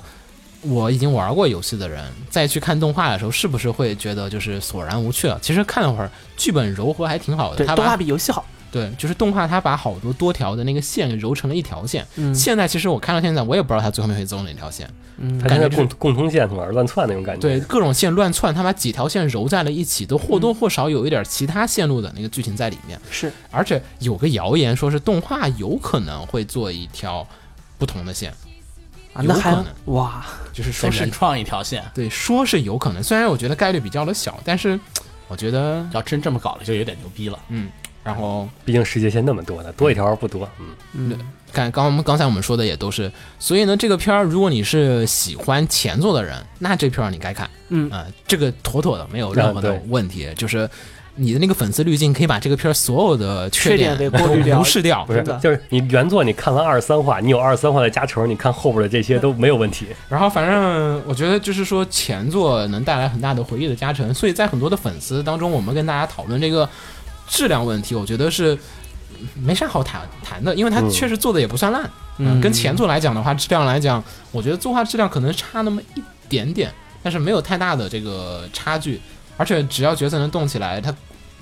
我已经玩过游戏的人再去看动画的时候，是不是会觉得就是索然无趣啊？其实看了会儿，剧本柔和还挺好的，对，它动把画比游戏好，对，就是动画它把好多多条的那个线给揉成了一条线。嗯现在其实我看到现在，我也不知道它最后面会走哪条线。嗯它现在共共通线从哪儿乱窜那种感觉。对，各种线乱窜，它把几条线揉在了一起，都或多或少有一点其他线路的那个剧情在里面。是而且有个谣言说是动画有可能会做一条不同的线，啊，那有还可能哇，就是说再是原创一条线，对，说是有可能，虽然我觉得概率比较的小，但是我觉得，要真这么搞了就有点牛逼了。然后毕竟世界线那么多呢，多一条不多。嗯，嗯，看刚我们刚才我们说的也都是，所以呢，这个片儿如果你是喜欢前作的人，那这片儿你该看，嗯啊、这个妥妥的，没有任何的啊对问题，就是你的那个粉丝滤镜可以把这个片儿所有的缺缺点给过都滤掉无视掉不，是真的，就是你原作你看完二十三话，你有二十三话的加成，你看后边的这些都没有问题。然后反正我觉得就是说前作能带来很大的回忆的加成，所以在很多的粉丝当中，我们跟大家讨论这个质量问题，我觉得是没啥好谈谈的，因为它嗯确实做的也不算烂，嗯，跟前作来讲的话，质量来讲，我觉得作画质量可能差那么一点点，但是没有太大的这个差距，而且只要角色能动起来，它。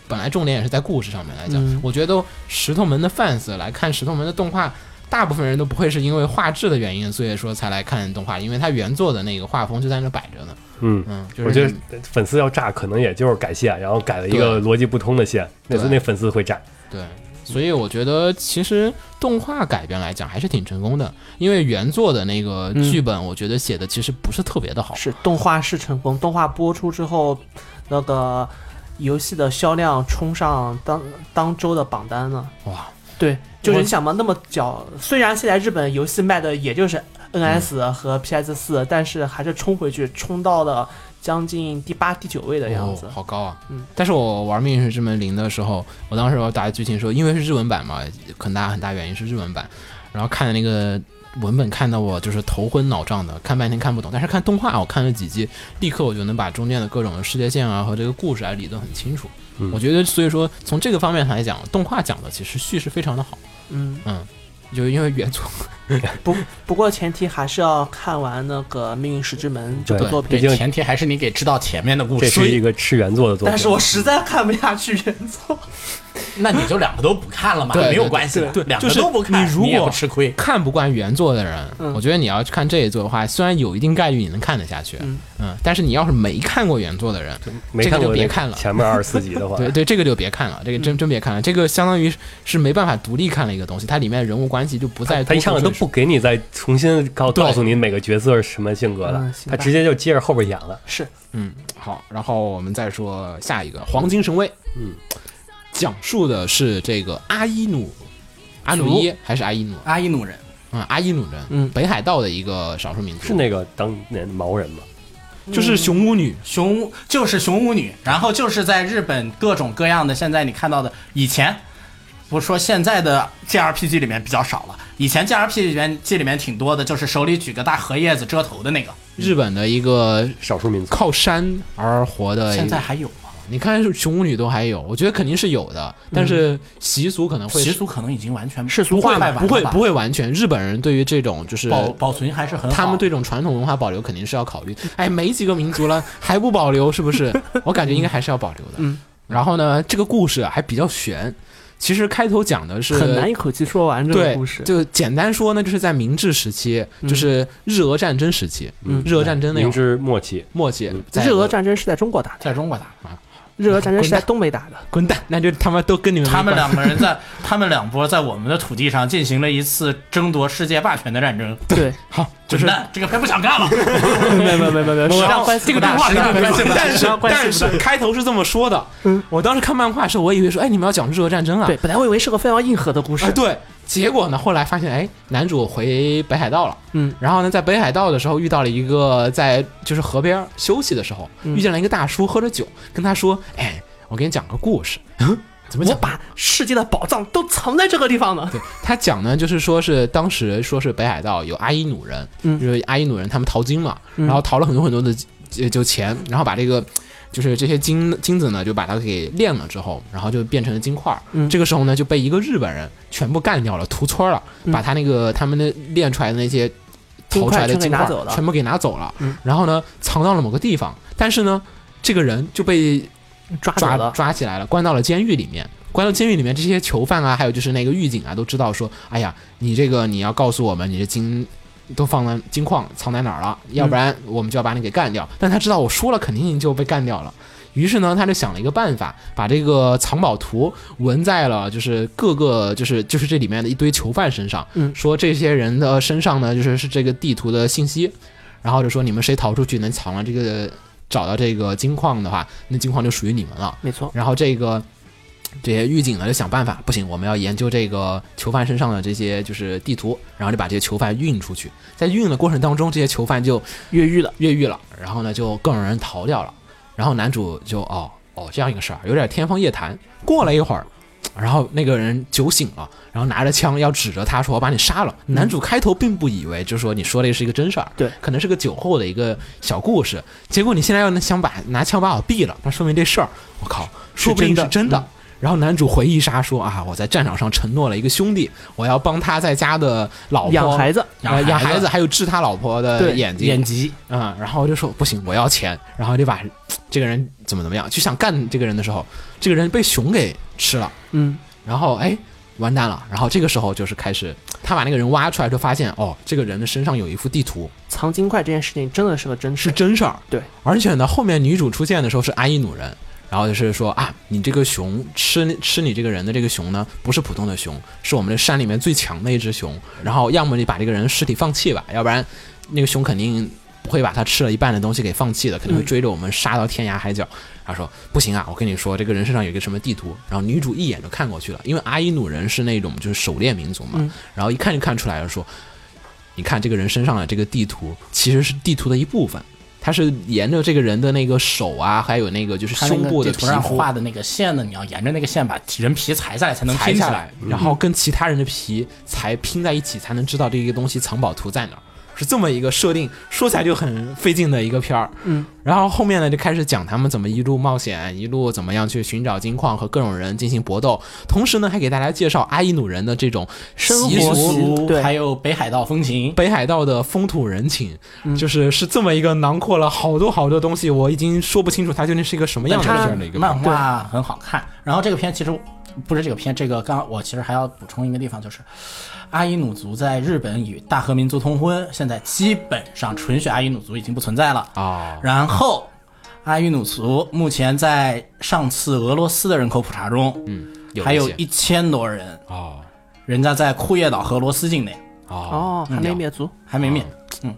本来重点也是在故事上面来讲，嗯我觉得石头门的 fans 来看石头门的动画，大部分人都不会是因为画质的原因，所以说才来看动画，因为它原作的那个画风就在那摆着呢。嗯，嗯，就是我觉得粉丝要炸，可能也就是改线，然后改了一个逻辑不通的线，那对那粉丝会炸。对，所以我觉得其实动画改编来讲还是挺成功的，因为原作的那个剧本，我觉得写的其实不是特别的好。是动画是成功，动画播出之后，那个游戏的销量冲上当当周的榜单了。哇，对，就是我你想嘛，那么屌，虽然现在日本游戏卖的也就是 NS 嗯和 PS 四、但是还是冲回去，冲到了将近第八、第九位的样子哦，。好高啊！嗯但是我玩《命运石之门零》的时候，我当时我打剧情说，因为是日文版嘛，很大很大原因是日文版，然后看的那个文本看的我就是头昏脑胀的，看半天看不懂。但是看动画，我看了几集，立刻我就能把中间的各种世界线啊和这个故事啊理得很清楚。嗯我觉得，所以说从这个方面来讲，动画讲的其实叙事非常的好，嗯，就是因为原作不不过前提还是要看完那个《命运石之门》嗯这对部作毕品。竟前提还是你给知道前面的故这事，是一个吃原作的作品。但是我实在看不下去原作，那你就两个都不看了嘛，对没有关系的，对对两就个是都不看，你如果也不吃亏。看不惯原作的人，嗯我觉得你要去看这一作的话，虽然有一定概率你能看得下去，嗯但是你要是没看过原作的人，没这看个就过那别看了。前面二十四集的话， 对对，这个就别看了，这个嗯真真别看了，这个相当于是没办法独立看了一个东西，它里面人物关系就不再他一上来都不给你再重新告对告诉你每个角色是什么性格嗯了，行他吧直接就接着后边演了。是嗯好，然后我们再说下一个黄金神威，嗯，讲述的是这个阿伊努阿努伊还是阿伊努阿伊努人，嗯阿伊努人，嗯北海道的一个少数民族，是那个当年毛人嘛？嗯就是熊巫女，熊巫就是熊巫女，然后就是在日本各种各样的，现在你看到的以前。不说现在的 G R P G 里面比较少了，以前 G R P G 里面 G 里面挺多的，就是手里举个大荷叶子遮头的那个，日本的一个少数民族。靠山而活的一个，现在还有吗？你看熊巫女都还有，我觉得肯定是有的，但是习俗可能会习俗可能已经完全世俗不化会嘛快完不会了吧不会完全，日本人对于这种就是保保存还是很好。他们对这种传统文化保留肯定是要考虑。哎，没几个民族了还不保留，是不是？我感觉应该还是要保留的。嗯。然后呢，这个故事啊还比较悬。其实开头讲的是很难一口气说完这个对故事。就简单说呢，就是在明治时期，就是日俄战争时期，嗯日俄战争那明种治末期，末期，在日俄战争是在中国打的，在中国打的，日俄战争是在东北打的。滚蛋，那就他妈都跟你们没他们关系两个人 在他们两波在我们的土地上进行了一次争夺世界霸权的战争。对，好，就滚是蛋，这个片不想看 了。 没有没有没有没有，实际上关系这个不动大画实际肯上定没关系有，不大但实际是上关系但不是大开头是这么说的。我当时看漫画的时候，我以为说，哎，你们要讲日俄战争啊？嗯对，本来我以为是个非常硬核的故事啊，，对。结果呢，后来发现，哎，男主回北海道了。嗯，然后呢，在北海道的时候遇到了一个在就是河边儿休息的时候，嗯遇见了一个大叔，喝着酒，跟他说，哎，我给你讲个故事。嗯，怎么我讲？把世界的宝藏都藏在这个地方呢。对他讲呢，就是说是当时说是北海道有阿伊努人，嗯就是阿伊努人他们淘金嘛，嗯然后淘了很多很多的就就钱，然后把这个。就是这些金金子呢，就把它给炼了之后，然后就变成了金块儿。嗯这个时候呢，就被一个日本人全部干掉了，屠村了，嗯把他那个他们的炼出来的那些投金出块来的全给金块拿儿走了全部给拿走了。嗯然后呢，藏到了某个地方，但是呢，这个人就被抓走抓了，抓起来了，关到了监狱里面。关到监狱里面，这些囚犯啊，还有就是那个狱警啊，都知道说，哎呀，你这个你要告诉我们，你这金都放在金矿藏在哪儿了，要不然我们就要把你给干掉。但他知道我说了，肯定就被干掉了。于是呢，他就想了一个办法，把这个藏宝图纹在了就是各个就是就是这里面的一堆囚犯身上，嗯说这些人的身上呢就是是这个地图的信息，然后就说你们谁逃出去能藏了这个找到这个金矿的话，那金矿就属于你们了。没错，然后这个这些狱警呢就想办法，不行，我们要研究这个囚犯身上的这些就是地图，然后就把这些囚犯运出去。在运的过程当中，这些囚犯就越狱了，越狱了，然后呢就更让人逃掉了。然后男主就哦哦这样一个事儿，有点天方夜谭。过了一会儿，然后那个人酒醒了，然后拿着枪要指着他说：“我把你杀了。”男主开头并不以为就是说你说的是一个真事儿，对可能是个酒后的一个小故事。结果你现在要想把拿枪把我毙了，那说明这事儿我靠，说不定是是真真的的。然后男主回忆杀说啊，我在战场上承诺了一个兄弟，我要帮他在家的老婆养孩子，呃养养孩孩子子，还有治他老婆的对眼睛，眼疾，啊、然后就说不行，我要钱，然后就把这个人怎么怎么样，就想干这个人的时候，这个人被熊给吃了，嗯，然后哎，完蛋了，然后这个时候就是开始，他把那个人挖出来，就发现哦，这个人的身上有一幅地图藏金块这件事情真的是个真是事，真事儿，对，而且呢，后面女主出现的时候是阿伊努人。然后就是说啊，你这个熊吃吃你这个人的这个熊呢，不是普通的熊，是我们这山里面最强的一只熊。然后要么你把这个人尸体放弃吧，要不然那个熊肯定不会把他吃了一半的东西给放弃的，肯定嗯会追着我们杀到天涯海角。他说不行啊，我跟你说，这个人身上有一个什么地图。然后女主一眼就看过去了，因为阿伊努人是那种就是狩猎民族嘛，嗯然后一看就看出来了说，你看这个人身上的这个地图其实是地图的一部分。它是沿着这个人的那个手啊，还有那个就是它那胸个部的地皮图上肤画的那个线呢，你要沿着那个线把人皮裁下来才能裁拼下来来。，然后跟其他人的皮才拼在一起，才能知道这个东西藏宝图在哪儿，是这么一个设定，说起来就很费劲的一个片儿。嗯，然后后面呢就开始讲他们怎么一路冒险，一路怎么样去寻找金矿和各种人进行搏斗，同时呢还给大家介绍阿伊努人的这种生习活俗俗对还有北海道风情，北海道的风土人情，嗯就是是这么一个囊括了好多好多东西，我已经说不清楚它究竟是一个什么样的它这样的一个漫画很好看。然后这个片其实不是这个片，这个刚我其实还要补充一个地方，就是阿伊努族在日本与大和民族通婚，现在基本上纯血阿伊努族已经不存在了。啊、然后，阿育努族目前在上次俄罗斯的人口普查中，嗯，有还有一些一千多人，哦人家在库页岛和俄罗斯境内哦，哦，还没灭族，还没灭。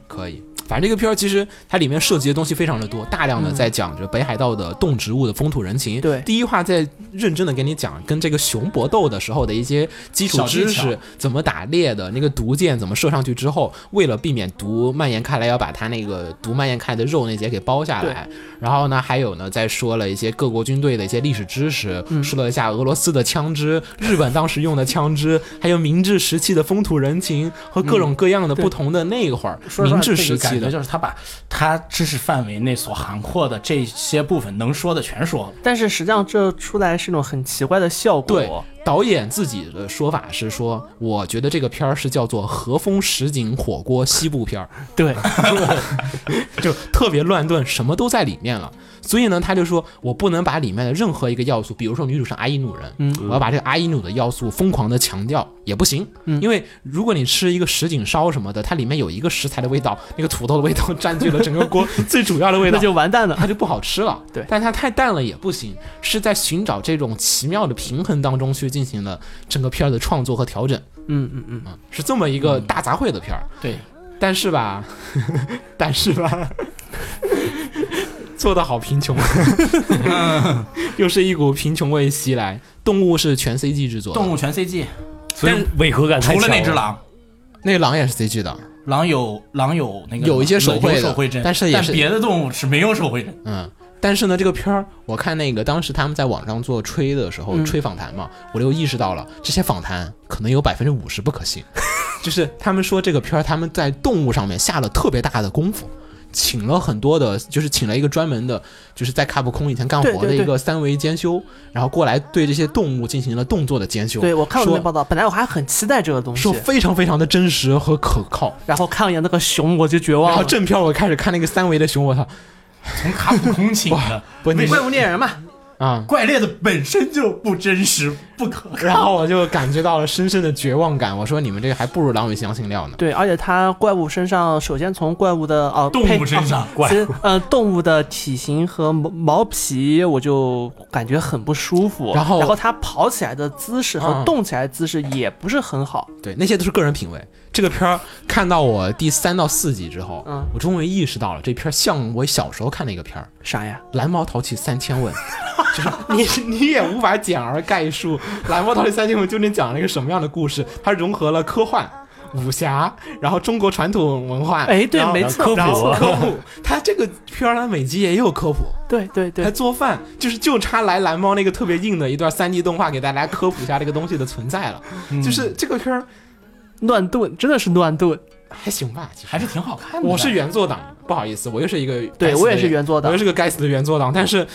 可以。反正这个片儿其实它里面涉及的东西非常的多，大量的在讲着北海道的动植物的风土人情。对第一话在认真的跟你讲跟这个熊搏斗的时候的一些基础小技知巧识，怎么打猎的，那个毒箭怎么射上去之后，为了避免毒蔓延开来，要把它那个毒蔓延开来的肉那节给剥下来。然后呢，还有呢，再说了一些各国军队的一些历史知识，嗯说了一下俄罗斯的枪支、日本当时用的枪 支，还有明治时期的风土人情和各种各样的不同的那会儿嗯说实话明治这时个期感觉的，就是他把他知识范围内所涵括的这些部分能说的全说了。但是实际上这出来是一种很奇怪的效对哦果，，导演自己的说法是说，我觉得这个片儿是叫做和风实景火锅西部片儿， 对，就特别乱炖，什么都在里面了。所以呢，他就说我不能把里面的任何一个要素，比如说女主是阿伊努人，嗯，我要把这个阿伊努的要素疯狂的强调也不行，嗯，因为如果你吃一个什锦烧什么的，它里面有一个食材的味道，那个土豆的味道 占据了整个锅最主要的味道那，就完 蛋了。它就不好吃了。对但它太淡了也不行，是在寻找这种奇妙的平衡当中去进行了整个片儿的创作和调整，嗯嗯嗯，嗯，是这么一个大杂烩的片儿。对，但是吧， 但是吧， 做的好贫 穷，啊嗯 又是一股贫穷味袭来。动物是全 CG 制作的，动物全 CG，所以违和感太除了强那只狼，那个狼也是 CG 的，狼有狼有那个有一些手绘的有手绘针，但是也是别的动物是没有手 绘针。嗯。但是呢，这个片儿，我看那个当时他们在网上做吹的时候，嗯吹访谈嘛，我就意识到了这些访谈可能有百分之五十不可信，就是他们说这个片儿他们在动物上面下了特别大的功夫，请了很多的，就是请了一个专门的，就是在卡普空以前干活对的对一对个三维监修，然后过来对这些动物进行了动作的监修。对我看过那说篇报道，本来我还很期待这个东西说，非常非常的真实和可靠。然后看了一眼那个熊，我就绝然望后了。正片我开始看那个三维的熊，我操！从卡普空请的，不，你怪物猎人嘛，啊！怪猎的本身就不真实，不可靠。然后我就感觉到了深深的绝望感。我说你们这个还不如狼尾香辛料呢。对，而且它怪物身上，首先从怪物的哦、动物配身上哦怪其实呃，动物的体型和毛毛皮，我就感觉很不舒服。然后然后它跑起来的姿势和嗯动起来的姿势也不是很好。对，那些都是个人品味。这个片儿看到我第三到四集之后，嗯我终于意识到了这片儿像我小时候看的一个片儿啥呀？ 《蓝猫淘气三千 问》，就是你你也无法简而概述《蓝猫淘气三千问》究竟讲了一个什么样的故事。它融合了科幻、武侠，然后中国传统文化，哎对然后没错然后科普科普。它这个片儿它每集也有科普，对对还对，做饭，就是就差来蓝猫那个特别硬的一段3 D 动画给大家科普一下这个东西的存在了。嗯嗯就是这个片儿乱炖真的是乱炖。还行吧，其实。还是挺好看的。我是原作党，不好意思，我又是一个该对死的我也是原作党我又是个该死的原作党。但是，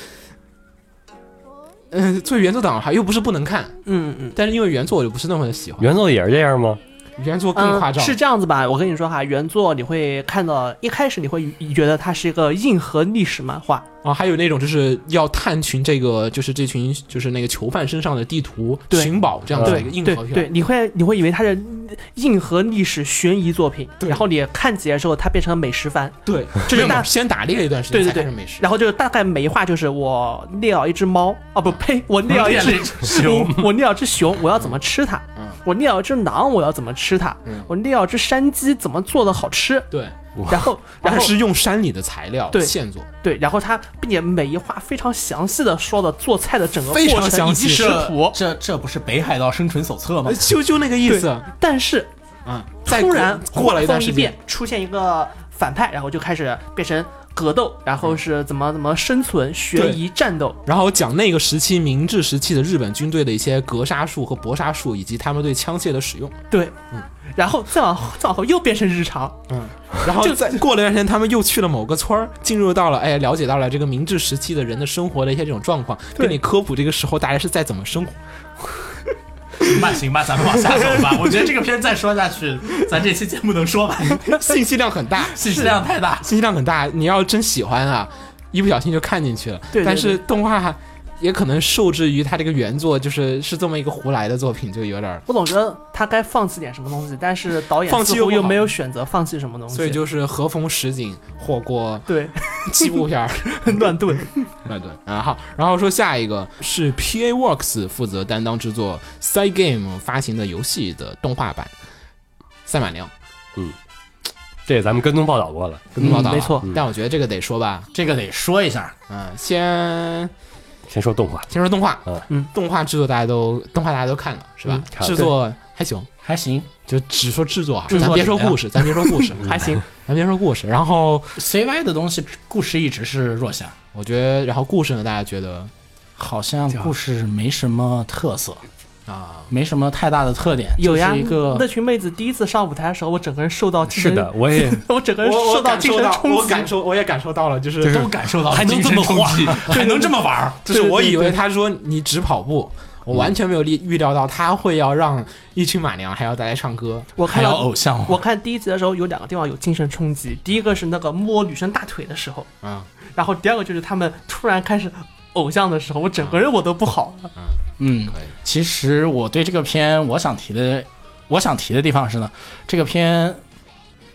嗯、作为原作党还又不是不能看，嗯嗯。但是因为原作我就不是那么的喜欢，原作也是这样吗？原作更夸张。嗯是这样子吧？我跟你说哈，原作你会看到一开始你会觉得它是一个硬核历史漫画，啊，还有那种就是要探寻这个，就是这群就是那个囚犯身上的地图对寻宝这样子的一对啊个硬对核片。对，你会你会以为它是硬核历史悬疑作品，对然后你看几页之后，它变成美食番，对，这没是有大先打猎一段时间对对才对开始美食。然后就是大概每一话就是我猎了一只猫啊，不呸，我猎了一只熊， 我我猎了只熊，我要怎么吃它嗯？我猎了只狼，我要怎么吃它嗯？我猎了只山鸡，怎么做的好吃？对，然后然而后是用山里的材料对现做，对，然后他并且每一话非常详细的说了做菜的整个非常过程详以及细食谱，这这不是北海道生存手册吗呃？就就那个意思。但是嗯，再突然过过了一段风时变间，，出现一个反派，然后就开始变成格斗，然后是怎么怎么生存、嗯对悬疑、战斗。然后讲那个时期明治时期的日本军队的一些格杀术和搏杀术，以及他们对枪械的使用。对，嗯然后再往后再往后又变成日常，然后再过了一段时间，他们又去了某个村儿，进入到了哎，了解到了这个明治时期的人的生活的一些这种状况，对跟你科普这个时候大家是在怎么生活。行吧，行吧，咱们往下走吧。我觉得这个片再说下去，咱这期节目能说完，信息量很大，信息量太大。信息量很大，你要真喜欢啊，一不小心就看进去了。对对但是动画也可能受制于它这个原作，就是是这么一个胡来的作品，就有点儿。我总觉得他该放弃点什么东西，但是导演放弃似乎又不又好没有选择放弃什么东西，所以就是和风实景火锅对 西部片儿，乱 炖。对对，然后然后说下一个是 PA Works 负责担当制作 Side Game 发行的游戏的动画版《赛马娘嗯这也咱们跟踪报道过了，》，跟踪报道、啊嗯没错，但我觉得这个得说吧，这个得说一下，嗯，先先说动画，先说动画，嗯，动画制作大家都动画大家都看了是吧？看了制作还行，还行。就只说制作啊，制作咱别说质量故事，咱别说 故事，还行，咱别说故事。然后 CY 的东西故事一直是弱项，我觉得，然后故事呢，大家觉得好像故事没什么特色，啊，没什么太大的特点，有呀就是一，那个群妹子第一次上舞台的时候，我整个人受到精是神的，，我也我整个人我受我到感精受神到，冲我击感。受我也感受到了，就是都感受到了还能精神这么冲击，还能这么玩儿。就是我以为对对对他说你只跑步，我完全没有预预料到他会要让一群马娘还要大家唱歌。我还看有到偶像我看第一集的时候有两个地方有精神冲击，第一个是那个摸女生大腿的时候，嗯，然后第二个就是他们突然开始偶像的时候，我整个人我都不好了。嗯可以，其实我对这个片我想提的，我想提的地方是呢，这个片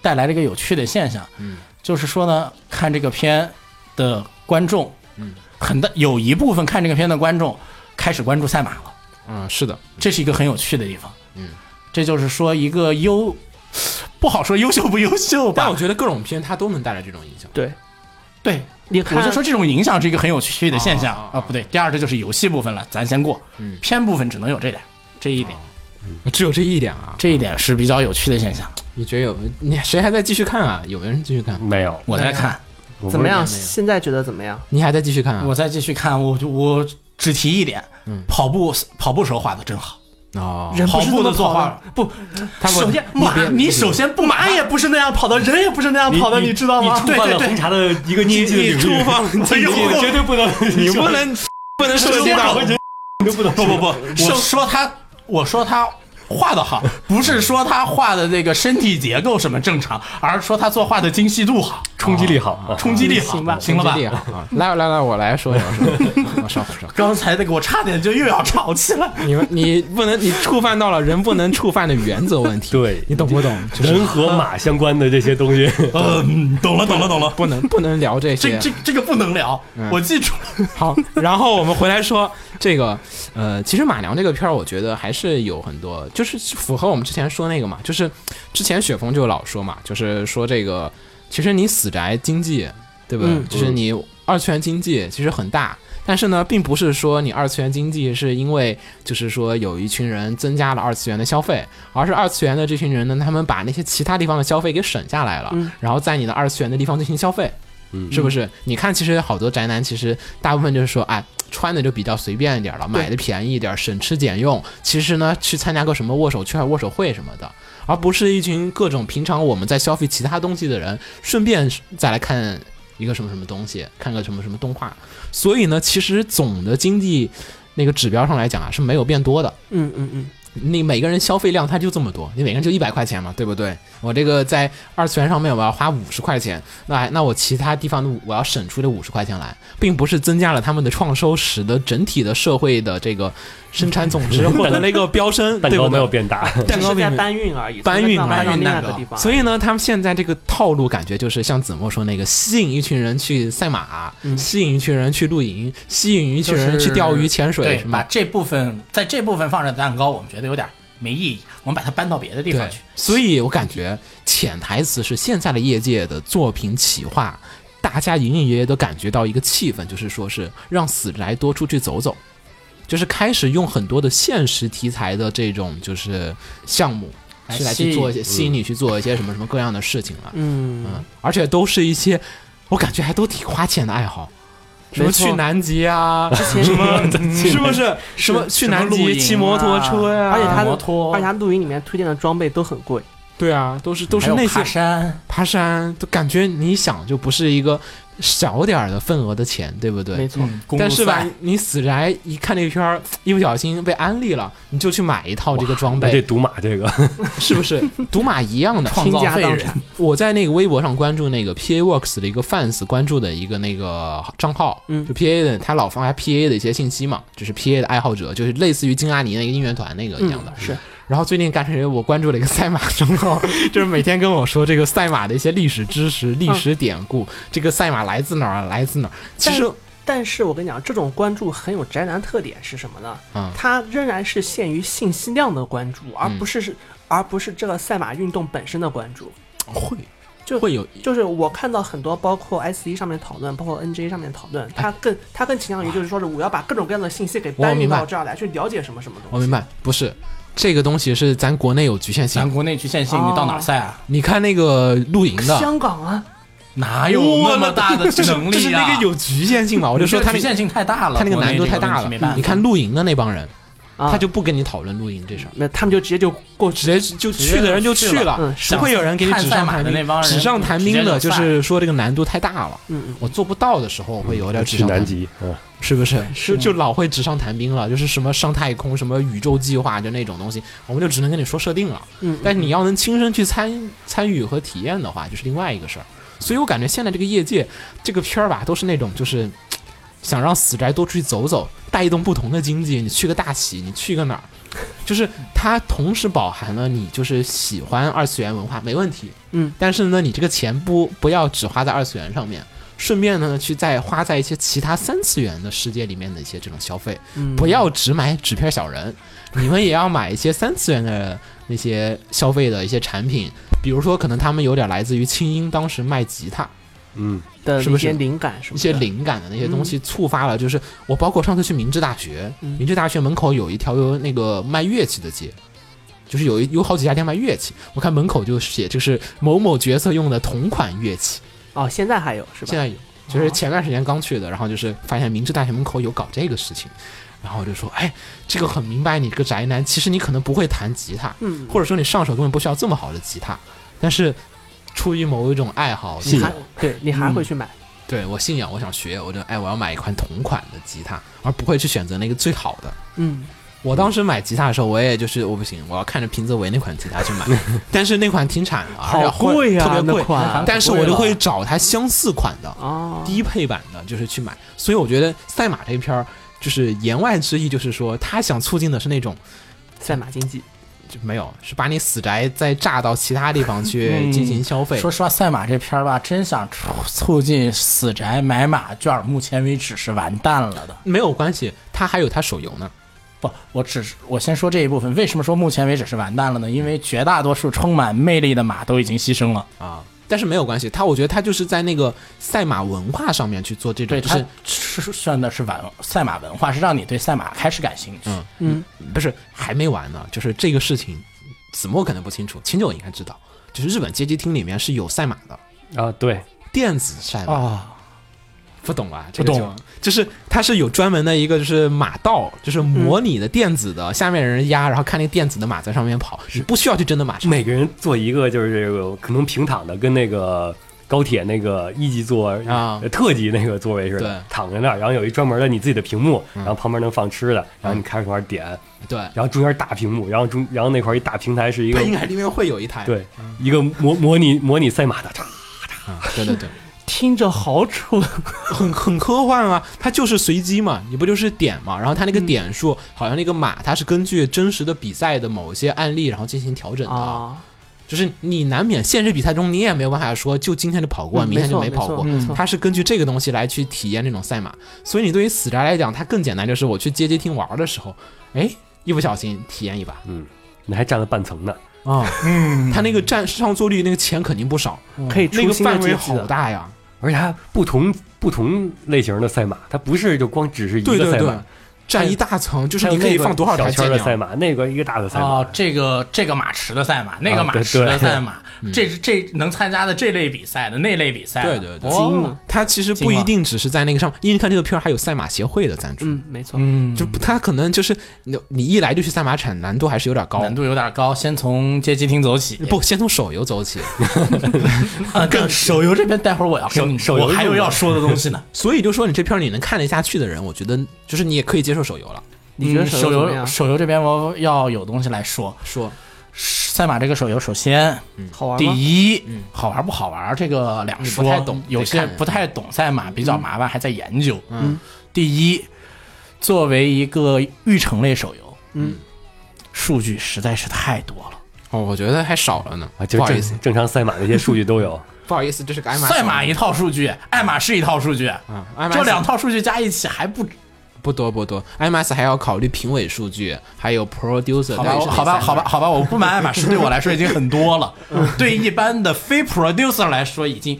带来了一个有趣的现象，嗯，就是说呢，看这个片的观众，嗯，很大有一部分看这个片的观众开始关注赛马了，嗯，是的，这是一个很有趣的地方，嗯，这就是说一个优，不好说优秀不优秀但我吧，觉得各种片它都能带来这种影响。对，对，你我看，就说这种影响是一个很有趣的现象啊啊啊啊，不对，第二这就是游戏部分了，咱先过，嗯片部分只能有这点，这一点。只有这一点啊，这一点是比较有趣的现象。你觉得有你谁还在继续看啊？有没有人继续看？没有，我在看，我不是怎么样？我也没有现在觉得怎么样？你还在继续看啊？我再继续看，我就我只提一点，跑步跑步时候画的真好，哦，人不是跑步那么的作跑画不，他不首先你马别你首先不马买也不是那样跑的，人也不是那样跑的，你知道吗？你对触犯对了对哎红，茶的一个禁你忌的领你域，触犯了禁忌我绝对不能， 你不能不能涉及到人都不能不不不，我手说他，我说他画的好，不是说他画的这个身体结构什么正常，而是说他作画的精细度好， 冲击力好，啊冲击力好，行吧行了吧这？厉害 啊！来来来，我来说一说，稍后稍后。刚才那个我差点就又要吵起来。你们你不能，你触犯到了人不能触犯的原则问题，对你懂不懂？就是人和马相关的这些东西，嗯，懂了懂了懂了，不能不能聊这些。这这这个不能聊，我记住了。 好，然后我们回来说这个，呃，其实马良这个片儿，我觉得还是有很多，就是符合我们之前说那个嘛，就是之前雪峰就老说嘛，就是说这个，其实你死宅经济，对吧？嗯就是你二次元经济其实很大。但是呢，并不是说你二次元经济是因为就是说有一群人增加了二次元的消费，而是二次元的这群人呢，他们把那些其他地方的消费给省下来了，嗯然后在你的二次元的地方进行消费。是不是？你看，其实好多宅男，其实大部分就是说，哎，穿的就比较随便一点了，买的便宜一点，省吃俭用。其实呢，去参加个什么握手券、握手会什么的，而不是一群各种平常我们在消费其他东西的人，顺便再来看一个什么什么东西，看个什么什么动画。所以呢，其实总的经济那个指标上来讲啊，是没有变多的。嗯嗯嗯，你每个人消费量它就这么多，你每个人就一百块钱嘛，对不对？我这个在二次元上面我要花五十块钱，那那我其他地方的我要省出这五十块钱来，并不是增加了他们的创收，使得整体的社会的这个生产总 值获得了一个飙升，蛋对糕不没有对？变大，蛋糕并只是在没有搬运而已，搬运从这个地方嗯搬搬到运另外一蛋个糕地方，所以以呢，他们现在这个套路感觉就是像子墨说那个，吸引一群人去赛马，嗯吸引一群人去露营，吸引一群人去钓鱼、潜水，对什，么把这部分在这部分放上蛋糕，我们觉得有点没意义，我们把它搬到别的地对，方去。所以我感觉潜台词是现在的业界的作品企划，大家隐隐约约都感觉到一个气氛，就是说是让死宅多出去走走，就是开始用很多的现实题材的这种就是项目。来去来吸去引做一些吸引你去做一些什么什么各样的事情了，嗯，嗯，而且都是一些我感觉还都挺花钱的爱好，什么没错去南极啊，之前什么 是不 是什么去什么南露极营骑摩托车呀、而且他摩托而且他露营里面推荐的装备都很贵，对啊，都是都是还那有些爬山，爬山都感觉你想就不是一个小点儿的份额的钱，对不没对？错，公嗯路但是吧赛，你死宅一看这个片儿，一不小心被安利了，你就去买一套这个装那这备，赌马这个，是不是？赌马一样的。创倾造家废荡人产，我在那个微博上关注那个 PA Works 的一个 fans 关注的一个那个账号，嗯就 PA 的他老发 PA 的一些信息嘛，就是 PA 的爱好者，就是类似于金阿尼那个应援团那个一样的。嗯是然后最近感觉我关注了一个赛马账号， 就是每天跟我说这个赛马的一些历史知识、历史典故，这个赛马来自哪儿，啊来自哪儿。其实，但是我跟你讲，这种关注很有宅男特点是什么呢？嗯它仍然是限于信息量的关注，而不是是、而不是这个赛马运动本身的关注。会就会有就是我看到很多，包括 S E 一上面讨论，包括 NJ 上面讨论，它更它更倾向于就是说是我要把各种各样的信息给搬运明白到这儿来，去了解什么什么我东西。明白，不是这个东西是咱国内有局限咱性。国内局限性，哦你到哪儿赛啊？你看那个露营的，香港啊，哪有哎那么大 的能就是力啊？那个有局限性嘛，我我就说他局那限性太大了，他那个国内难度太大这个问题没了办。法你看露营的那帮人，啊他就不跟你讨论露营这事儿，那他们就直接就过去直接就去的人就去了嗯，不会有人给你看纸赛上马谈的那帮兵。人纸上谈兵的直就接就是说这个难度太大了。嗯嗯我做不到的时候，我会有点 纸去上谈南兵，极，嗯，是不是？就就老会纸上谈兵了，就是什么上太空、什么宇宙计划就那种东西，我们就只能跟你说设定了。嗯，但你要能亲身去参参与和体验的话，就是另外一个事儿。所以我感觉现在这个业界这个片儿吧，都是那种就是嘖想让死宅多出去走走，带动不同的经济。你去个大喜，你去个哪儿，就是它同时饱含了你就是喜欢二次元文化没问题，嗯，但是呢，你这个钱不不要只花在二次元上面。顺便呢，去再花在一些其他三次元的世界里面的一些这种消费，嗯不要只买纸片小人，你们也要买一些三次元的那些消费的一些产品，比如说可能他们有点来自于清音当时卖吉他嗯，的是不一是些灵感什一么的些灵感的那些东西，触发了就是我包括上次去明治大学，明治大学门口有一条有那个卖乐器的街。就是有一有好几家店卖乐器，我看门口就写就是某某角色用的同款乐器，哦，现在还有是吧？现在有就是前段时间刚去的，然后就是发现明治大学门口有搞这个事情，然后我就说，哎，这个很明白你个宅男，其实你可能不会弹吉他，嗯或者说你上手根本不需要这么好的吉他，但是出于某一种爱好，你信还仰，对你还会去买，对我信仰，我想学，我就哎，我要买一款同款的吉他，而不会去选择那个最好的。嗯，我当时买吉他的时候，我也就是我不行，我要看着平泽唯那款吉他去 买，但是那款停产了，而且好贵哎呀、特别那贵。款啊那但是贵我就了会找它相似款的哦，低配版的，就是去买。所以我觉得赛马这一篇儿，就是言外之意，就是说他想促进的是那种赛马经济，就没有，是把你死宅再炸到其他地方去嗯进行消费。说实话，赛马这片儿吧，真想促促进死宅买马券，目前为止是完蛋了的。没有关系，它还有它手游呢。不，我只是我先说这一部分。为什么说目前为止是完蛋了呢？因为绝大多数充满魅力的马都已经牺牲了。啊。但是没有关系，他我觉得他就是在那个赛马文化上面去做这种，对，就它是是算的是玩赛马文化，是让你对赛马开始感兴趣。嗯嗯，不是还没完呢，就是这个事情，子墨可能不清楚，秦九应该知道，就是日本街机厅里面是有赛马的，啊，对，电子赛马，啊，不懂啊，这不个就懂，就是它是有专门的一个就是马道，就是模拟的电子的，下面人压，然后看那电子的马在上面跑，你不需要去真的马上，每个人做一个，就是这个可能平躺的，跟那个高铁那个一级座啊呃特级那个座位似的对，嗯躺在那儿，然后有一专门的你自己的屏幕，然后旁边能放吃的，然后你开始玩点，对，然后中间大屏幕，然后中然后那块儿一大平台是一个它应该里面会有一台，对一个模模拟模拟赛马的，嚓啊，对对对。听着好蠢， 很很科幻啊，它就是随机嘛，你不就是点嘛？然后它那个点数，好像那个马，它是根据真实的比赛的某一些案例，然后进行调整的。啊，就是你难免现实比赛中你也没有办法说，就今天就跑过，嗯明天就没错嗯跑过。没错它是根据这个东西来去体验这种赛马，所以你对于死宅来讲，它更简单，就是我去街机厅玩的时候，哎，一不小心体验一把嗯，你还占了半层呢，啊，嗯，它那个占上座率那个钱肯定不少，可以那出个新的范围阶级好的，大呀。而且它不同不同类型的赛马，它不是就光只是一对个对赛对马，，占一大层，就是你可以放多少小台啊圈键儿的盘赛马，那个一个大的赛马哦，，这个这个马池的赛马，那啊个马对池的对赛马，这这能参加的这类比赛的那类比赛的，对对对啊哦了他其实不一定只是在那个上，因为你看这个片儿还有赛马协会的赞助，嗯，没错，嗯，就他可能就是你你一来就去赛马场，难度还是有点高难。度有点高，先从街机厅走起。不，先从手游走起。啊，跟手游这边，待会儿我要跟你手手游我还有用要说的东西呢。所以就说你这片儿你能看得下去的人，我觉得就是你也可以接受手游了。你觉得嗯游手怎么游样？手游这边我要有东西来说，说赛马这个手游，首先好玩第吗？一，好玩不好玩这个两你说，不太懂有得些看不太懂赛马比较麻烦，还在研究。嗯，第一，作为一个育成类手游，嗯，数据实在是太多了。哦，我觉得还少了呢，啊，不就好意思正，正常赛马那些数据都有，不好意思，这是个爱马仕赛马一嗯套数据，爱马仕一套数据，啊，爱马这仕两套数据加一起还不不多不多，IMAX 还要考虑评委数据，还有 producer 好吧，我好吧，好吧，，好吧，我不买爱马仕对我来说已经很多 了，对一般的非 producer 来说已经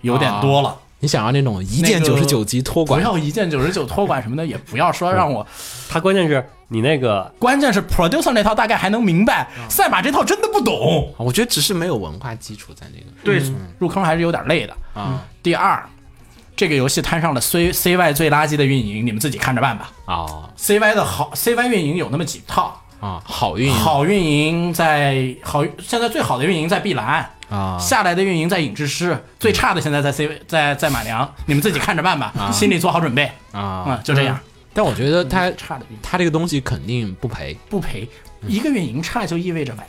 有点多了。你想要那种一那键个九十九级托管不，要一键九十九托管什么的，也不要说让我。它关键是你那个关键是 producer 那套大概还能明白，啊赛马这套真的不懂，我觉得只是没有文化基础在那个对，入坑还是有点累的。啊第二，这个游戏摊上了 C C Y 最垃圾的运营，你们自己看着办吧。啊 C Y 的好 C Y 运营有那么几套，啊，好运好运营在好现在最好的运营在碧蓝。啊，下来的运营在影之师，最差的现在在 C 在在马良，你们自己看着办吧，心里做好准备啊啊，就这样。但我觉得它差的运营它这个东西肯定不赔，不赔，一个运营差就意味着玩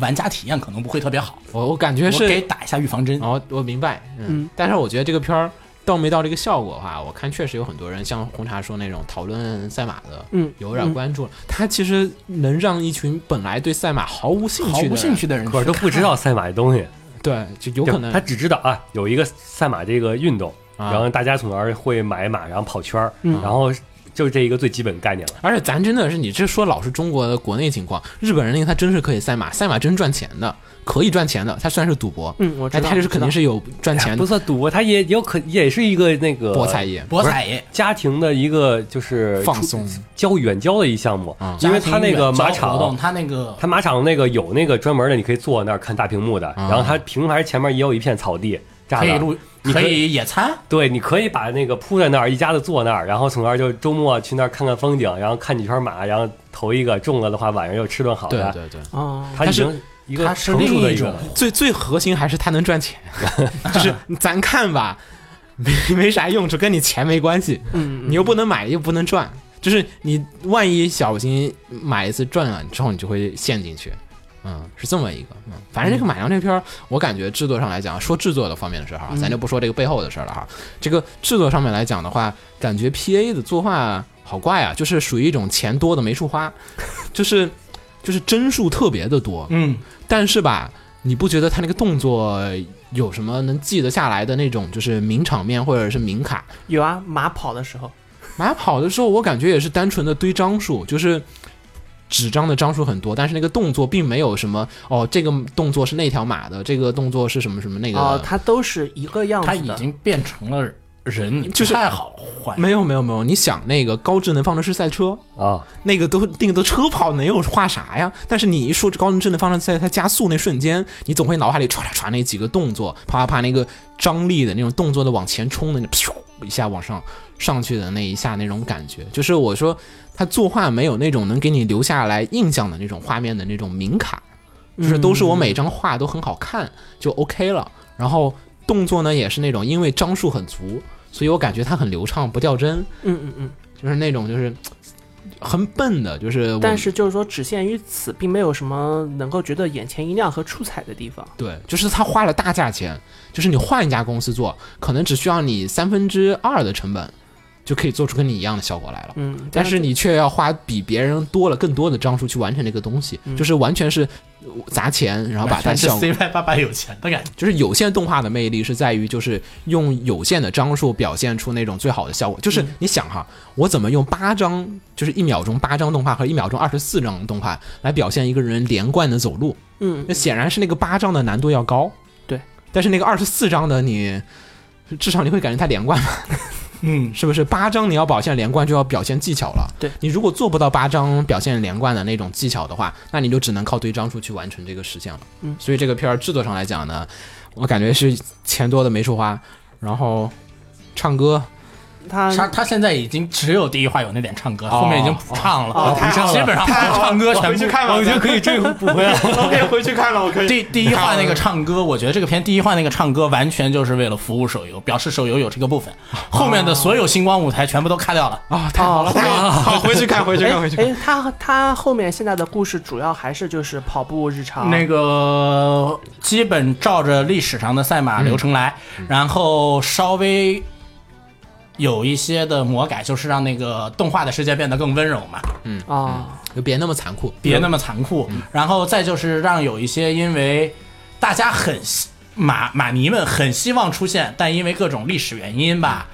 玩家体验可能不会特别好，我我感觉我给是，打一下预防针。哦，我明白，嗯，但是我觉得这个片儿到没到这个效果的话，我看确实有很多人像红茶说那种讨论赛马的，嗯有点关注了，它其实能让一群本来对赛马毫无兴趣毫的人、无兴趣的人可是都不知道赛马这东西，对，就嗯 有可能他只知道啊有一个赛马这个运动，啊然后大家从而会买马，然后跑圈儿，嗯然后就这一个最基本概念了。而且咱真的是，你这说老是中国的国内情况，日本人那个他真是可以赛马，赛马真赚钱的，可以赚钱的，他虽然是赌博，嗯我知道但他就是肯定是有赚钱不的算赌博，它也有可也是一个那个博彩业博彩业家庭的一个就是放出松交远交的一项目啊，因为他那个马活动，场。他那个他马啊场那个有那个专门的，你可以坐那儿看大屏幕的，然后他平台前面也有一片草地，栅可以栏，露，你可可以以野餐，对，你可以把那个铺在那儿，一家子坐那儿，然后从那儿就周末去那儿看看风景，然后看几圈马，然后投一个中了的话，晚上又吃顿好对的。对对，哦，它已但是经一个它是成熟的另个一种最最核心还是他能赚钱， 就是咱看吧，没没啥用处，跟你钱没关系，嗯，你又不能买，又不能赚，就是你万一小心买一次赚了之后，你就会陷进去。嗯，是这么一个，嗯，反正这个《马良》这片儿，我感觉制作上来讲，说制作的方面的事儿哈，咱就不说这个背后的事儿了哈。这个制作上面来讲的话，感觉 P A 的作画好怪啊，就是属于一种钱多的没处花，就是就是帧数特别的多，嗯，但是吧，你不觉得他那个动作有什么能记得下来的那种，就是名场面或者是名卡？有啊，马跑的时候，马跑的时候，我感觉也是单纯的堆张数，就是纸张的张数很多，但是那个动作并没有什么哦，这个动作是那条马的，这个动作是什么什么那个。哦，它都是一个样子他的，已经变成了人，你不就是太好换。没有没有没有，你想那个高智能方程式赛车，啊，那个都那个都车跑能有画啥呀？但是你一说这高能智能方程式在它加速那瞬间，你总会脑海里唰唰唰那几个动作，啪啪啪那个张力的那种动作的往前冲的，那咻一下往上上去的那一下那种感觉，就是我说他作画没有那种能给你留下来印象的那种画面的那种名卡，就是都是我每张画都很好看就 OK 了，然后动作呢也是那种因为张数很足，所以我感觉它很流畅不掉帧，嗯嗯嗯，就是那种就是。很笨的，就是我但是就是说只限于此，并没有什么能够觉得眼前一亮和出彩的地方。对，就是他花了大价钱，就是你换一家公司做，可能只需要你三分之二的成本，就可以做出跟你一样的效果来了。嗯，但是你却要花比别人多了更多的张数去完成这个东西，就是完全是砸钱，然后把它是效果 CY 爸爸有钱的感觉，就是有限动画的魅力是在于，就是用有限的张数表现出那种最好的效果。就是你想哈，我怎么用八张，就是一秒钟八张动画和一秒钟二十四张动画来表现一个人连贯的走路？嗯，那显然是那个八张的难度要高。对，但是那个二十四张的你，至少你会感觉它连贯吧？嗯，是不是？八张你要表现连贯，就要表现技巧了。对你如果做不到八张表现连贯的那种技巧的话，那你就只能靠堆张数去完成这个实现了。嗯，所以这个片儿制作上来讲呢，我感觉是钱多的没处花，然后唱歌它嗯他他现在已经只有第一话有那点唱歌，哦后面已经不唱了，哦哦不唱了，基本上不唱歌全部去看我觉得可以追补回 来。第第一话那 个唱歌，我觉得这个片第一话那个唱歌完全就是为了服务手游，表示手游有这个部分，后面的所有星光舞台全部都咔掉了。啊、哦太好了，太好了，好回去看，回去看，回去看。哎，它它后面现在的故事主要还是就是跑步日常，那个基本照着历史上的赛马流程来，然后稍微有一些的魔改，就是让那个动画的世界变得更温柔嘛，啊，就别那么残酷，别那么残酷。然后再就是让有一些因为大家很希马马迷们很希望出现，但因为各种历史原因吧，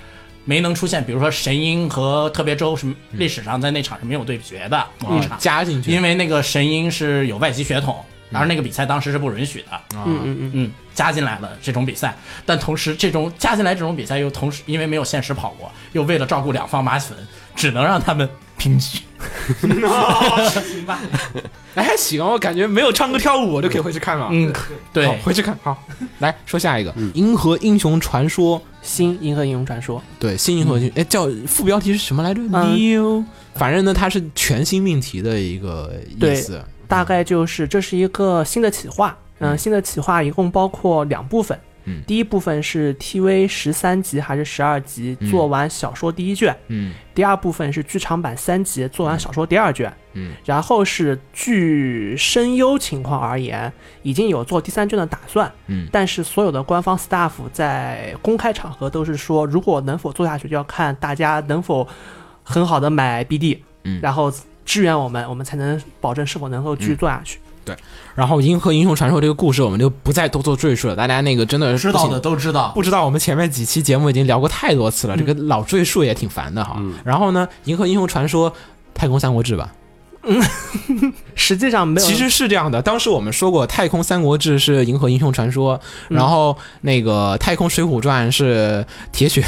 没能出现。比如说神鹰和特别周是历史上在那场是没有对决的某一场，加进去，因为那个神鹰是有外籍血统，然后那个比赛当时是不允许的。嗯嗯嗯，嗯，加进来了这种比赛，但同时这种加进来这种比赛又同时因为没有现实跑过，又为了照顾两方马粉，只能让他们平局。哎还行，我感觉没有唱歌跳舞我就可以回去看了。嗯，好对，回去看。好，来说下一个《银河英雄传说》。新银河英雄传说，对，新银河英雄，哎，叫副标题是什么来着？嗯 Neo，反正呢，它是全新命题的一个意思。大概就是这是一个新的企划，嗯、嗯新的企划一共包括两部分，嗯第一部分是 TV 十三集还是十二集嗯做完小说第一卷，嗯第二部分是剧场版三集做完小说第二卷，嗯，然后是据声优情况而言，已经有做第三卷的打算，嗯但是所有的官方 staff 在公开场合都是说，如果能否做下去，就要看大家能否很好的买 BD，嗯然后支援我们，我们才能保证是否能够继续做下嗯去。然后《银河英雄传说》这个故事我们就不再多做赘述了，大家那个真的知不道仅的都知道。不知道我们前面几期节目已经聊过太多次了，这个老赘述也挺烦的哈。然后呢，《银河英雄传说》《太空三国志》吧，实际上没有，其实是这样的，当时我们说过，《太空三国志》是《银河英雄传说》，嗯然后那个《太空水浒传》是铁血，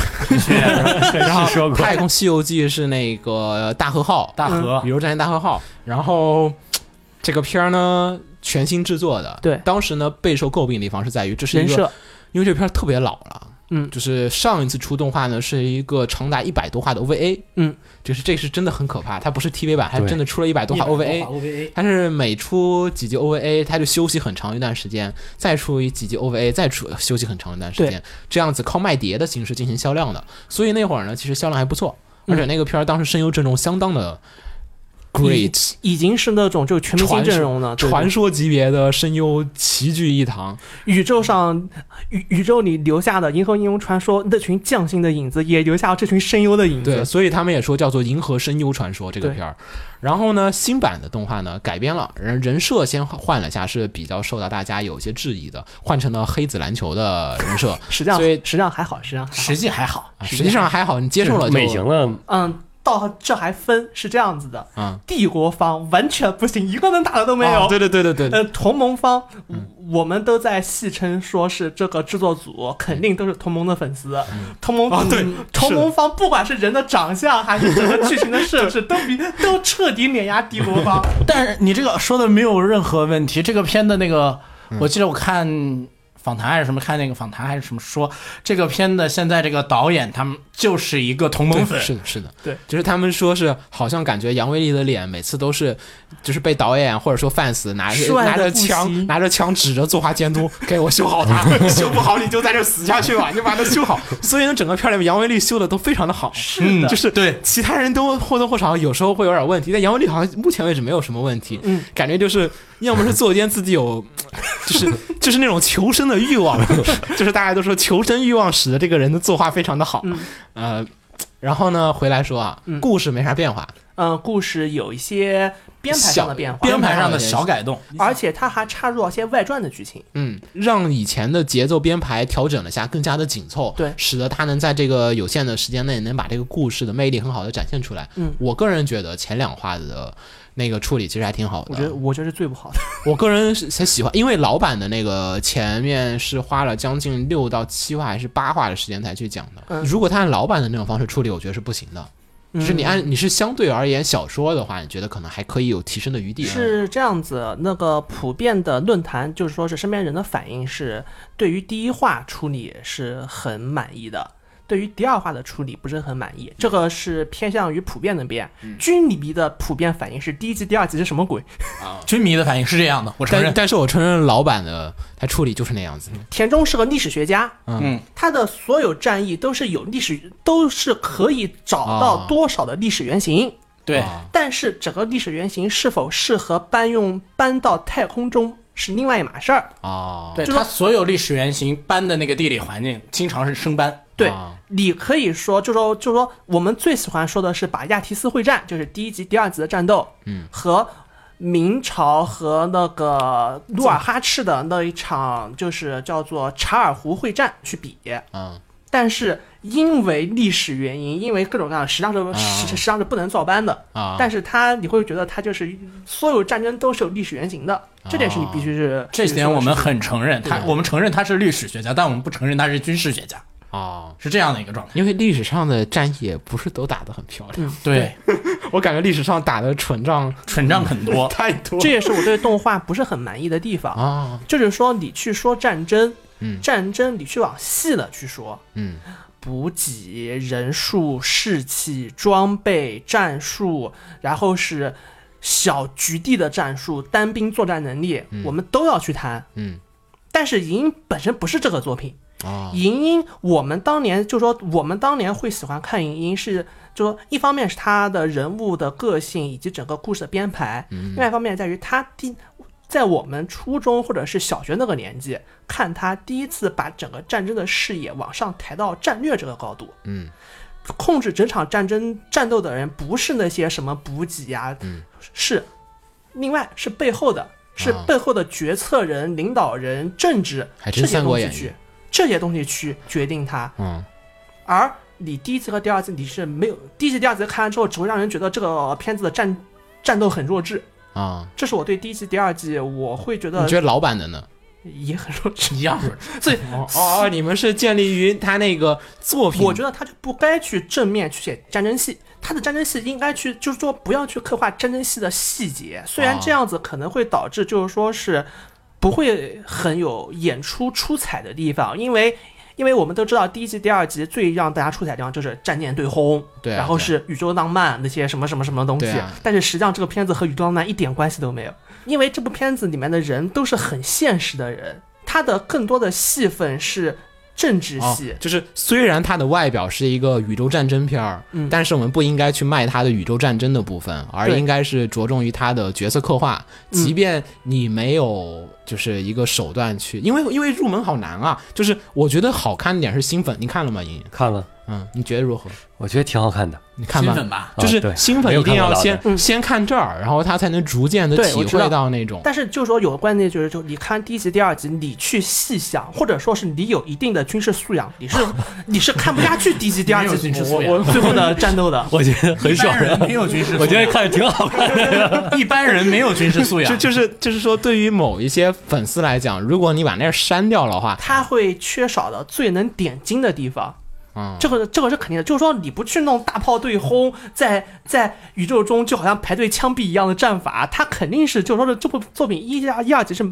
然后是说《 过太空西游记》是那个大和号，大河比如战舰大和号。然后这个片儿呢，全新制作的，对当时呢备受诟病的地方是在于这是一人个设因为这片儿特别老了。嗯就是上一次出动画呢，是一个长达一百多话的 OVA，嗯，就是这是真的很可怕，它不是 TV 版，它对真的出了一百多话哎 OVA， OVA 它是每出几集 OVA，它就休息很长一段时间，再出一几集 OVA，再出休息很长一段时间，这样子靠卖碟的形式进行销量的。所以那会儿呢，其实销量还不错，嗯而且那个片儿当时声优阵容相当的 great，已经是那种就是全明星阵容啊了，对对传说级别的声优齐聚一堂，宇宙上宇宇宙里留下的《银河英雄传说》那群匠心的影子，也留下了这群声优的影子对，。所以他们也说叫做《银河声优传说》这个对。片儿。然后呢，新版的动画呢改编了，人人设先换了一下，是比较受到大家有一些质疑的，换成了黑子篮球的人设 实际上，所以实际上还好，实际上还好实际还好，啊实际上还好，你接受了就美型了，嗯，到这还分是这样子的，嗯帝国方完全不行，一个能打的都没有。啊对对对对对，呃，同盟方，我们都在戏称说是这个制作组肯定都是同盟的粉丝。同盟哦啊对嗯同是盟方不管是人的长相还是整个剧情的设 置，都比都彻底碾压帝国方。但是你这个说的没有任何问题。这个片的那个，我记得我看访谈还是什么，看那个访谈还是什么说，这个片的现在这个导演他们就是一个同盟粉对，是的，是的，对，就是他们说是好像感觉杨威利的脸每次都是，就是被导演或者说 fans 拿着帅得拿着不行枪拿着枪指着作画监 督，给我修好它，修不好你就在这死下去吧，你就把它修好。 所以呢，整个片儿里面杨威利修的都非常的好，是嗯，的，就是对。其他人都或多或少有时候会有点问题，但杨文丽好像目前为止没有什么问题，嗯，感觉就是要么是作 奸自己有，就是就是那种求生的欲望， 就是大家都说求生欲望使得这个人的作画非常的好，嗯呃，然后呢回来说啊，故事没啥变化，嗯，故事有一些编排上的小变化，编排上的小改动，而且它还插入了一些外传的剧情。嗯，让以前的节奏编排调整了一下，更加的紧凑，对使得他能在这个有限的时间内能把这个故事的魅力很好的展现出来。嗯我个人觉得前两话的那个处理其实还挺好的，我觉得，我觉得是最不好的。我个人是才喜欢，因为老版的那个前面是花了将近六到七话还是八话的时间才去讲的。嗯如果他按老版的那种方式处理，我觉得是不行的。就是你按你是相对而言小说的话，你觉得可能还可以有提升的余地。啊是这样子，那个普遍的论坛就是说是身边人的反应是，对于第一话处理是很满意的，对于第二话的处理不是很满意，这个是偏向于普遍那边。军迷的普遍反应是第一季、第二季是什么鬼？军迷的反应是这样的，我承但认。但是我承认老版的他处理就是那样子。田中是个历史学家，嗯，他的所有战役都是有历史，都是可以找啊到多少的历史原型。对，啊但是整个历史原型是否适合搬用搬到太空中是另外一码事儿。哦，对就是他所有历史原型搬的那个地理环境，经常是升搬。对啊，你可以说，就说就说我们最喜欢说的是把亚提斯会战，就是第一集、第二集的战斗，嗯，和明朝和那个努尔哈赤的那一场，就是叫做查尔湖会战去比。嗯，但是因为历史原因，因为各种各样的，实际上啊是实实际上是不能照搬的啊但是它你会觉得它就是所有战争都是有历史原型的，这点是你必须是。啊这点我们很承认，他对我们承认他是历史学家，但我们不承认他是军事学家，哦，是这样的一个状态。因为历史上的战役也不是都打得很漂亮，对，我感觉历史上打的蠢仗蠢账很 多。太多这也是我对动画不是很满意的地方。啊，就是说你去说战争，嗯战争你去往细了去说，嗯补给、人数、士气、装备、战术，然后是小局地的战术、单兵作战能力，我们都要去谈。嗯但是银鹰本身不是这个作品，啊银鹰我们当年就说我们当年会喜欢看银鹰是。就说一方面是他的人物的个性以及整个故事的编排，另外一方面在于他第在我们初中或者是小学那个年纪，看他第一次把整个战争的视野往上抬到战略这个高度，嗯，控制整场战争战斗的人不是那些什么补给啊，是另外是背后的，是啊背后的决策人、领导人、政治还真这些三国东演西义去，这些东西去决定他。嗯而你第一集和第二集你是没有，第一集、第二集看完之后，只会让人觉得这个片子的战战斗很弱智。啊。这是我对第一集、第二集，我会觉得你觉得老版的呢？也很弱智。一样，所以 哦哦，你们是建立于他那个作品，我觉得他就不该去正面去写战争戏，他的战争戏应该去，就是说不要去刻画战争戏的细节。虽然这样子可能会导致，就是说是不会很有演出出彩的地方，因为因为我们都知道第一集、第二集最让大家出彩的地方就是战舰对轰，对啊然后是宇宙浪漫那些什么什么什么东西，对啊但是实际上这个片子和宇宙浪漫一点关系都没有，因为这部片子里面的人都是很现实的人，他的更多的戏份是政治哦戏，，就是虽然它的外表是一个宇宙战争片儿，嗯但是我们不应该去卖它的宇宙战争的部分，而对应该是着重于它的角色刻画。嗯即便你没有就是一个手段去，因为因为入门好难啊，就是我觉得好看点是新粉，你看了吗？莹莹，看了，嗯，你觉得如何？我觉得挺好看的。你看新吧。粉吧，啊就是对新没粉有一定看要过老的。先嗯先看这儿，然后他才能逐渐的对体我知道会到那种但是就是说有关键就是说，你看第一集、第二集，你去细想，或者说是你有一定的军事素养， 你是你是看不下去第一集、第二没有集军事我素养我我最后的战斗的我觉得很一爽般。人没有军 事素养，我觉得看着挺好看的。一般人没有军事素养 就，就是就是说，对于某一些粉丝来讲，如果你把那儿删掉的话，它会缺少的最能点睛的地方，啊嗯，这个这个是肯定的。就是说，你不去弄大炮对轰，在在宇宙中就好像排队枪毙一样的战法，它肯定是就是说这部作品一加一二集是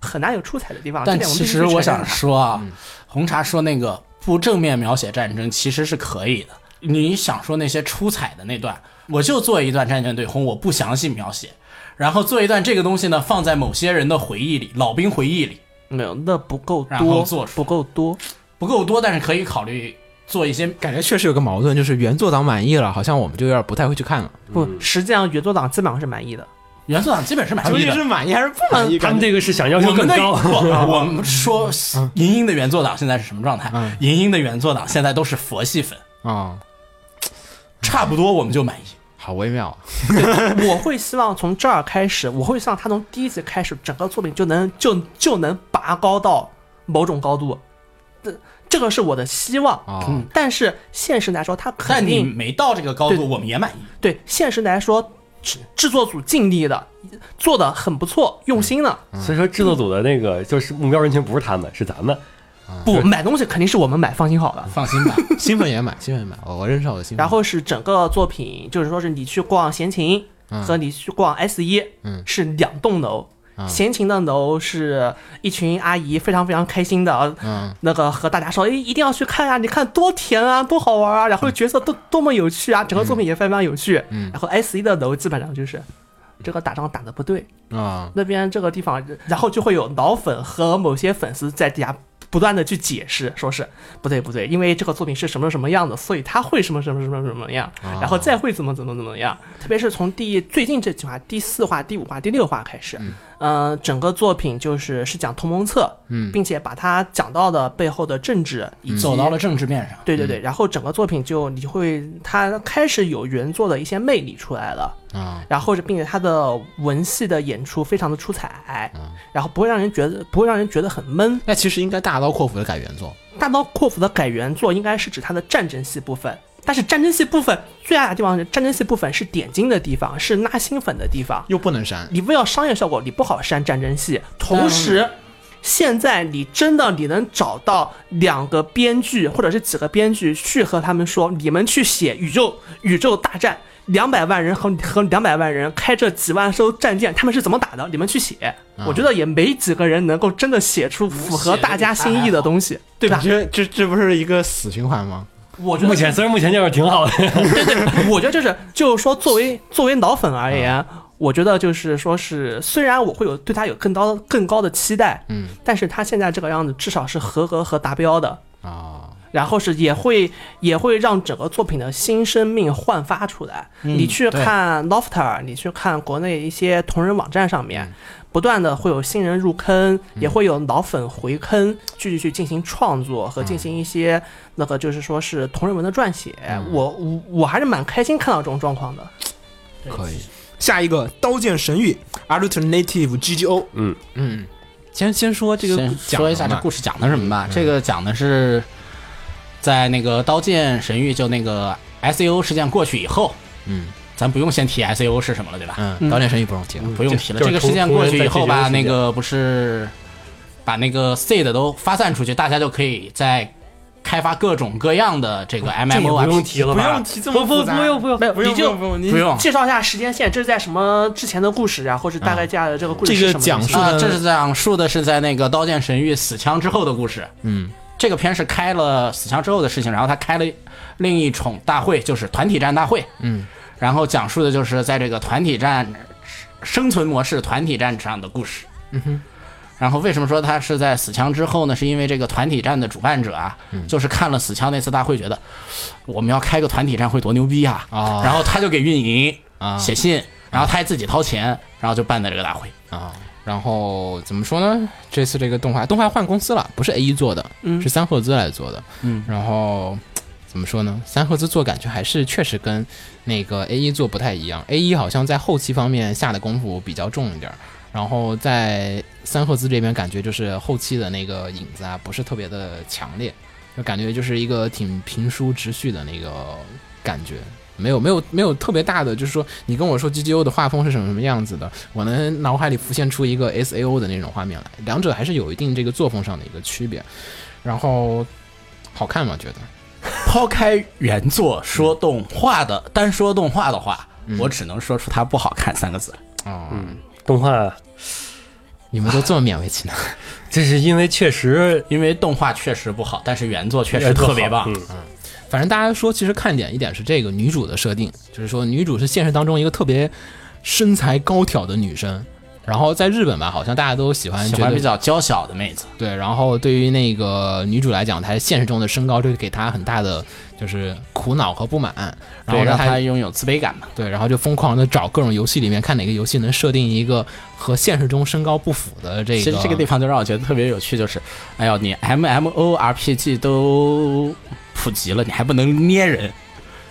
很难有出彩的地方。但啊这点我们必须其实承我认想的嗯说啊，红茶说那个不正面描写战争其实是可以的。你想说那些出彩的那段，我就做一段战争对轰，我不详细描写，然后做一段这个东西呢，放在某些人的回忆里，老兵回忆里没有，那不够然后多做，出不够多。不够多，但是可以考虑做一些。感觉确实有个矛盾，就是原作党满意了，好像我们就有点不太会去看了。不，嗯实际上原作党基本上是满意的。原作党基本是满究意竟的。是满意还是不满意？他们这个是想要我求们嗯更的高。不 我们说银鹰的原作党现在是什么状态嗯？银呃鹰的原作党现在都是佛系粉，啊、差不多我们就满意。好微妙啊！我会希望从这儿开始，我会希望他从第一集开始，整个作品就能就就能拔高到某种高度，这这个是我的希望。啊、嗯但是现实来说，他肯但你定没到这个高对度，我们也满意。对现实来说，制制作组尽力的，做的很不错，用心了。嗯所以说，制作组的那个就是目标人群不是他们，是咱们。嗯不买东西肯定是我们买，放心好了。放心吧， 新粉也买，新粉也买，我我认识我的新粉。然后是整个作品，就是说是你去逛闲情嗯和你去逛 S 一、嗯是两栋楼。嗯闲情的楼是一群阿姨非常非常开心的，嗯，那个和大家说，哎，一定要去看啊！你看多甜啊，多好玩啊！然后角色多多么有趣啊，整个作品也非常非常有趣。嗯然后 S 一的楼基本上就是。这个打仗打的不对，啊、那边这个地方，然后就会有老粉和某些粉丝在底下不断的去解释，说是不对不对，因为这个作品是什么什么样的，所以他会什么什么什么什么样，啊然后再会怎么怎么怎么样。特别是从第最近这几话，第四话、第五话、第六话开始，嗯、整个作品就是是讲同盟侧，嗯并且把它讲到的背后的政治以及嗯走到了政治面上。对对对，然后整个作品就你会，它开始有原作的一些魅力出来了，啊、然后是并且它的文戏的演出非常的出彩，然后不会让人觉得不会让人觉得很闷。那其实应该大刀阔斧的改原作。大刀阔斧的改原作应该是指它的战争戏部分，但是战争戏部分最大的地方是，战争戏部分是点睛的地方，是拉新粉的地方。又不能删，你为了商业效果，你不好删战争戏。同时，现在你真的你能找到两个编剧或者是几个编剧去和他们说，你们去写宇宙宇宙大战，两百万人和和两百万人开着几万艘战舰，他们是怎么打的？你们去写。我觉得也没几个人能够真的写出符合大家心意的东西，对吧你？觉得这这不是一个死循环吗？我觉目得前虽然目前就是挺好的， 我觉得就是就是说，作为作为老粉而言，我觉得就是说是，虽然我会有对他有更高更高的期待，嗯但是他现在这个样子至少是合格和达标的，啊、然后是也会也会让整个作品的新生命焕发出来。你去看 Lofter，你去看国内一些同人网站上面。不断的会有新人入坑，也会有老粉回坑，继续去进行创作和进行一些那个就是说是同人文的撰写。我我我还是蛮开心看到这种状况的。可以。下一个《刀剑神域》Alternative GGO，嗯嗯，先先说这个先讲嗯说一下什这么故事讲的什么吧。这个讲的是在那个《刀剑神域》就那个 S A O 事件过去以后，嗯咱不用先提 S A O 是什么了，对吧？嗯，刀剑神域不用提了。不用提了。就这是个事件重过去以后吧，重新再那解决个不是把那个 seed 都发散出去，大家就可以在开发各种各样的这个这也 MMO 不啊，用提了吧？不用提这么不不复杂不用不用没有，不你用就不用不用介绍一下时间线，这是在什么之前的故事啊，或者大概这样的这个故事这是个什么讲东西？述啊、的这是讲述的是在那个《刀剑神域》死枪之后的故事。嗯，这个片是开了死枪之后的事情，然后他开了另一种大会，就是团体战大会。嗯，然后讲述的就是在这个团体战生存模式、团体战上的故事。嗯哼，然后为什么说他是在死枪之后呢？是因为这个团体战的主办者啊，嗯就是看了死枪那次大会，觉得我们要开个团体战会多牛逼啊！哦然后他就给运营啊写信，然后他还自己掏钱，然后就办的这个大会。啊。然后怎么说呢？这次这个动画，动画换公司了，不是 A 一做的，嗯是三赫兹来做的。嗯，然后怎么说呢？三赫兹做感觉还是确实跟那个 A 一做不太一样。A 一好像在后期方面下的功夫比较重一点儿，然后在三赫兹这边感觉就是后期的那个影子啊，不是特别的强烈，就感觉就是一个挺平疏直叙的那个感觉。没有没有没有特别大的，就是说你跟我说 G G O 的画风是什么什么样子的，我能脑海里浮现出一个 S A O 的那种画面来，两者还是有一定这个作风上的一个区别。然后好看吗？觉得？抛开原作说动画的单说动画的话，我只能说出它不好看三个字。哦，嗯，动画你们都这么勉为其难，这是因为确实因为动画确实不好，但是原作确呃实特别棒。好嗯 反正大家说，其实看点一点是这个女主的设定，就是说女主是现实当中一个特别身材高挑的女生。然后在日本吧，好像大家都喜欢喜觉欢比得较娇小的妹子，对。然后对于那个女主来讲，她现实中的身高就给她很大的就是苦恼和不满。然对，后呢让她她拥有自卑感嘛。对，然后就疯狂的找各种游戏里面看哪个游戏能设定一个和现实中身高不符的这个。其实这个地方就让我觉得特别有趣，就是，哎呦，你 M M O R P G 都普及了，你还不能捏人，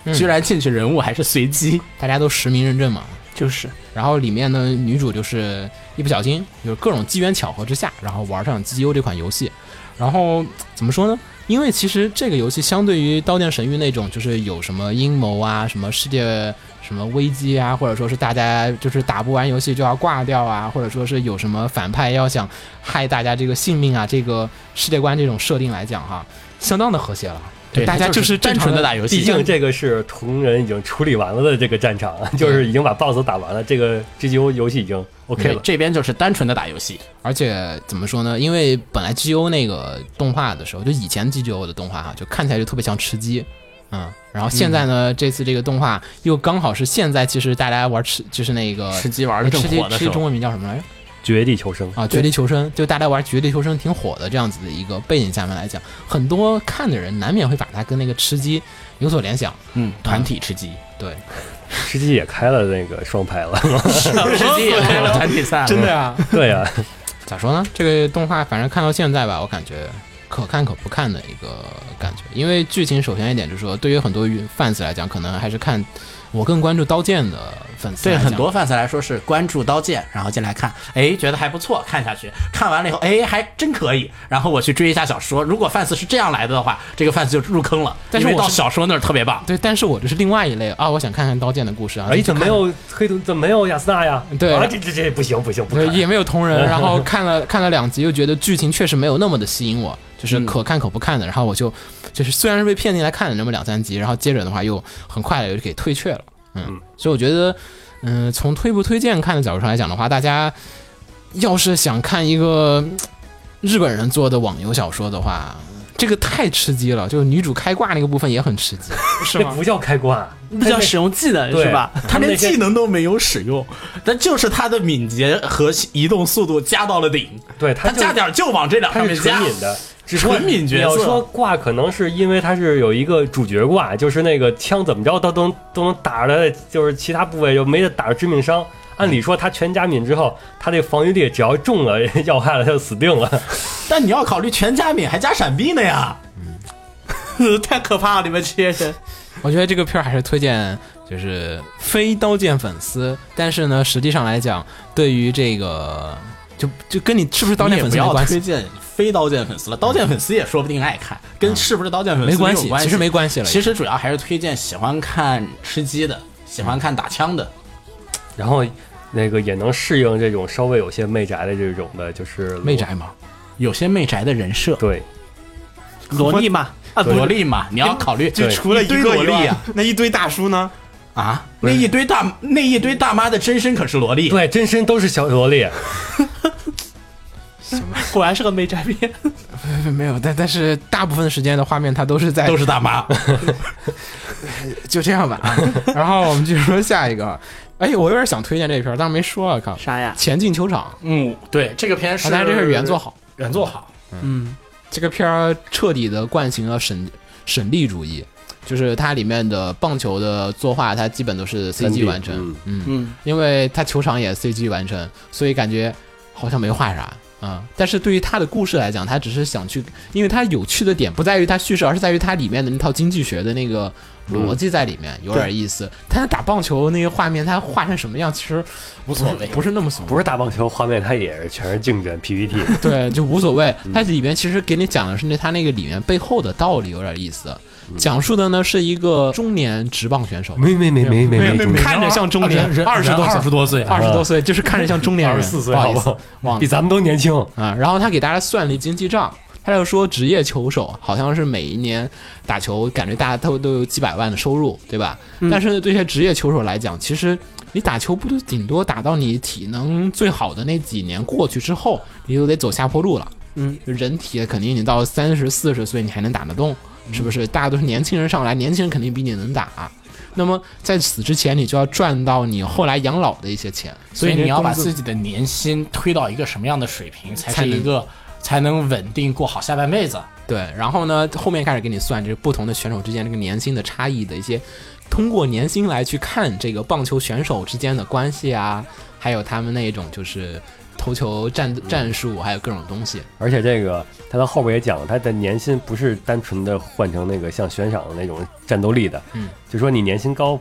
嗯居然进去人物还是随机。大家都实名认证嘛，就是然后里面呢，女主就是一不小心，就是各种机缘巧合之下，然后玩上 GTO 这款游戏。然后怎么说呢？因为其实这个游戏相对于《刀剑神域》那种，就是有什么阴谋啊、什么世界什么危机啊，或者说是大家就是打不完游戏就要挂掉啊，或者说是有什么反派要想害大家这个性命啊，这个世界观这种设定来讲哈，相当的和谐了。对大家它就是单正常纯地的打游戏毕竟这个是同人已经处理完了的这个战场，啊就是已经把 BOSS 打完了，这个 GGO 游戏已经 OK 对了，。这边就是单纯的打游戏，而且怎么说呢？因为本来 G O 那个动画的时候，就以前 G O 的动画哈、就看起来就特别像吃鸡，嗯。然后现在嗯呢，这次这个动画又刚好是现在，其实大家玩吃就是那个吃鸡玩的正呃吃鸡火的吃时鸡中候，文名叫什么来着？绝地求生啊，绝地求生，就大家玩绝地求生挺火的这样子的一个背景下面来讲，很多看的人难免会把它跟那个吃鸡有所联想。嗯，团体吃鸡，对，吃鸡也开了那个双排了，吃鸡也开了团体赛，的呀、对啊呀、咋说呢？这个动画反正看到现在吧，我感觉可看可不看的一个感觉。因为剧情首先一点就是说，对于很多 fans 来讲，可能还是看我更关注刀剑的粉丝对来讲很多 fans 来说是关注刀剑，然后进来看，哎，觉得还不错，看下去，看完了以后，哎，还真可以，然后我去追一下小说。如果 fans 是这样来的的话，这个 fans 就入坑了，但是因为我到是小说那儿特别棒。对，但是我这是另外一类啊，我想看看刀剑的故事啊。哎，就怎么没看有黑毒？怎么没有亚斯娜呀？对啊，这这这不行不行不呃看。也没有同 人，然后看了看了两集，又觉得剧情确实没有那么的吸引我，就是嗯可看可不看的。然后我就就是虽然是被骗进来看了那么两三集，然后接着的话又很快的又给退却了。嗯，所以我觉得，嗯、从推不推荐看的角度上来讲的话，大家要是想看一个嗯日本人做的网游小说的话。这个太吃鸡了，就是女主开挂那个部分也很吃鸡，是这？不叫开挂， 那叫使用技能对是 吧？他连那些技能都没有使用，但就是他的敏捷和移动速度加到了顶，对他他就加点儿就往这两他上是面加纯。敏的，只纯敏角色你要说挂，可能是因为他是有一个主角挂，就是那个枪怎么着都都能都能打着，就是其他部位就没得打着致命伤。按理说他全加敏之后，他这防御力只要中了要害了，他就死定了。但你要考虑全加敏还加闪避呢呀，太可怕了，你们这些人。我觉得这个片儿还是推荐，就是非刀剑粉丝，但是呢，实际上来讲，对于这个就就跟你是不是刀剑粉丝没你也不要关推系，荐非刀剑粉丝了，刀剑粉丝也说不定爱看，跟是不是刀剑粉丝啊没关有系，关其实没关系了。其实实主要还是推荐喜欢看吃鸡的，喜嗯欢看打枪的。 然后那个也能适应这种稍微有些媚宅的这种的，就是妹宅嘛，有些媚宅的人设，对萝莉嘛，啊，萝莉嘛，你要考虑对就对出除了一堆个萝以外莉 啊，那一堆大叔呢？啊，那一堆大那一堆大妈的真身可是萝莉，对，真身都是小萝莉，果然是个美宅片。没有，但但是大部分时间的画面它都是在都是 大妈。就这样吧。啊然后我们就说下一个，哎，我有点想推荐这片儿，但是没说啊，靠， 啥呀《前进球场》啊，嗯，对，这个片是，但是啊这是原作，好，原作好。嗯，这个片儿彻底的惯行了省省力主义，就是它里面的棒球的作画，它基本都是 CG 完成，嗯嗯嗯，因为它球场也 CG 完成，所以感觉好像没画啥。嗯，但是对于它的故事来讲，它只是想去，因为它有趣的点不在于它叙事，而是在于它里面的那套经济学的那个逻辑在里面，有点意思。它打棒球那个画面，它画成什么样其实无所谓，不是那么所谓，不是打棒球画面，它也是全是竞争 PPT， 对，就无所谓。嗯它里面其实给你讲的是那它那个里面背后的道理，有点意思。讲述的呢是一个中年职棒选手，嗯没没没没没没中间，看着像中年啊啊人二十多岁啊二十多岁，二十多岁，就是看着像中年人，二十四岁，不好好意不思好？忘比了咱们都年轻。啊。然后他给大家算了一经济账，他就说职业球手好像是每一年打球，感觉大家都都有几百万的收入，对吧？嗯但是对一些职业球手来讲，其实你打球不就顶多打到你体能最好的那几年过去之后，你就得走下坡路了。嗯，人体肯定你到三十四十岁你还能打得动，嗯是不是？大家都是年轻人上来，年轻人肯定比你能打。那么在此之前，你就要赚到你后来养老的一些钱，所以这你要把工资自己的年薪推到一个什么样的水平，才才是能一个才能稳定过好下半辈子。对，然后呢，后面开始给你算这个不同的选手之间这个年薪的差异的一些，通过年薪来去看这个棒球选手之间的关系啊，还有他们那种就是投球战战术，还有各种东西。而且这个他到后边也讲了，他的年薪不是单纯的换成那个像悬赏的那种战斗力的，嗯，就说你年薪高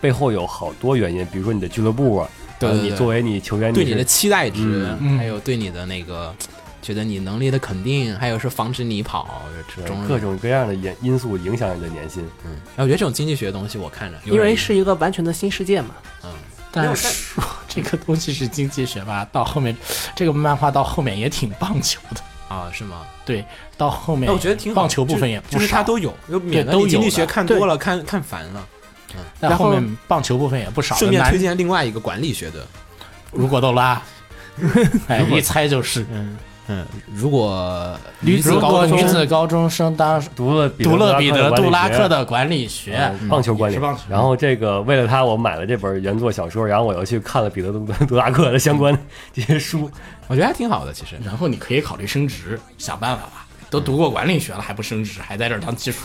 背后有好多原因，比如说你的俱乐部啊，对呃对你对作为你球员，对你是的期待值，嗯还有对你的那个觉得你能力的肯定，还有是防止你跑这对种各。种各样的因因素影响你的年薪，嗯，哎，我觉得这种经济学的东西我看着，有因为点是一个完全的新世界嘛。但是说这个东西是经济学吧，到后面这个漫画到后面也挺棒球的， 啊，是吗？对，到后面哎，我觉得挺好哎棒球部分也就不是它少，都有，就免得都你有经济的学看对多了看看烦了。但然后后面棒球部分也不少。顺便男推荐另外一个管理学的，如果 都拉，哎，一猜就是。嗯，如果女女子子高高中女生子高中生当读了读了彼得德杜拉的克的嗯管理管理学学。棒球观也是棒球然后这个为了他，我买了这本原作小说，然后我又去看了彼得杜杜拉克的相关这些书，我觉得还挺好的，其实。然后你可以考虑升职，想办法吧。都读过管理学了，还不升职，还在这儿当 技术。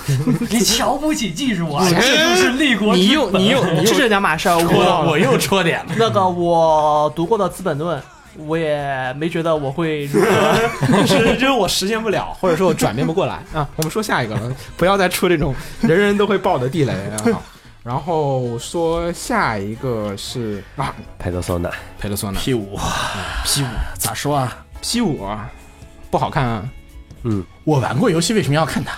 你瞧不起技术啊？技术是立国之你又你又 这是两码事儿。我我我又 戳点了。那个我读过的《资本论》，我也没觉得我会如何。就是就是我实现不了，或者说我转变不过 来啊。我们说下一个了，不要再出这种 人人都会爆的地雷啊。然后说下一个是啊，佩德索纳，赔了算了 P 五，P 五咋说啊？ P 五啊，不好看啊，我玩过游戏，为什么要看它？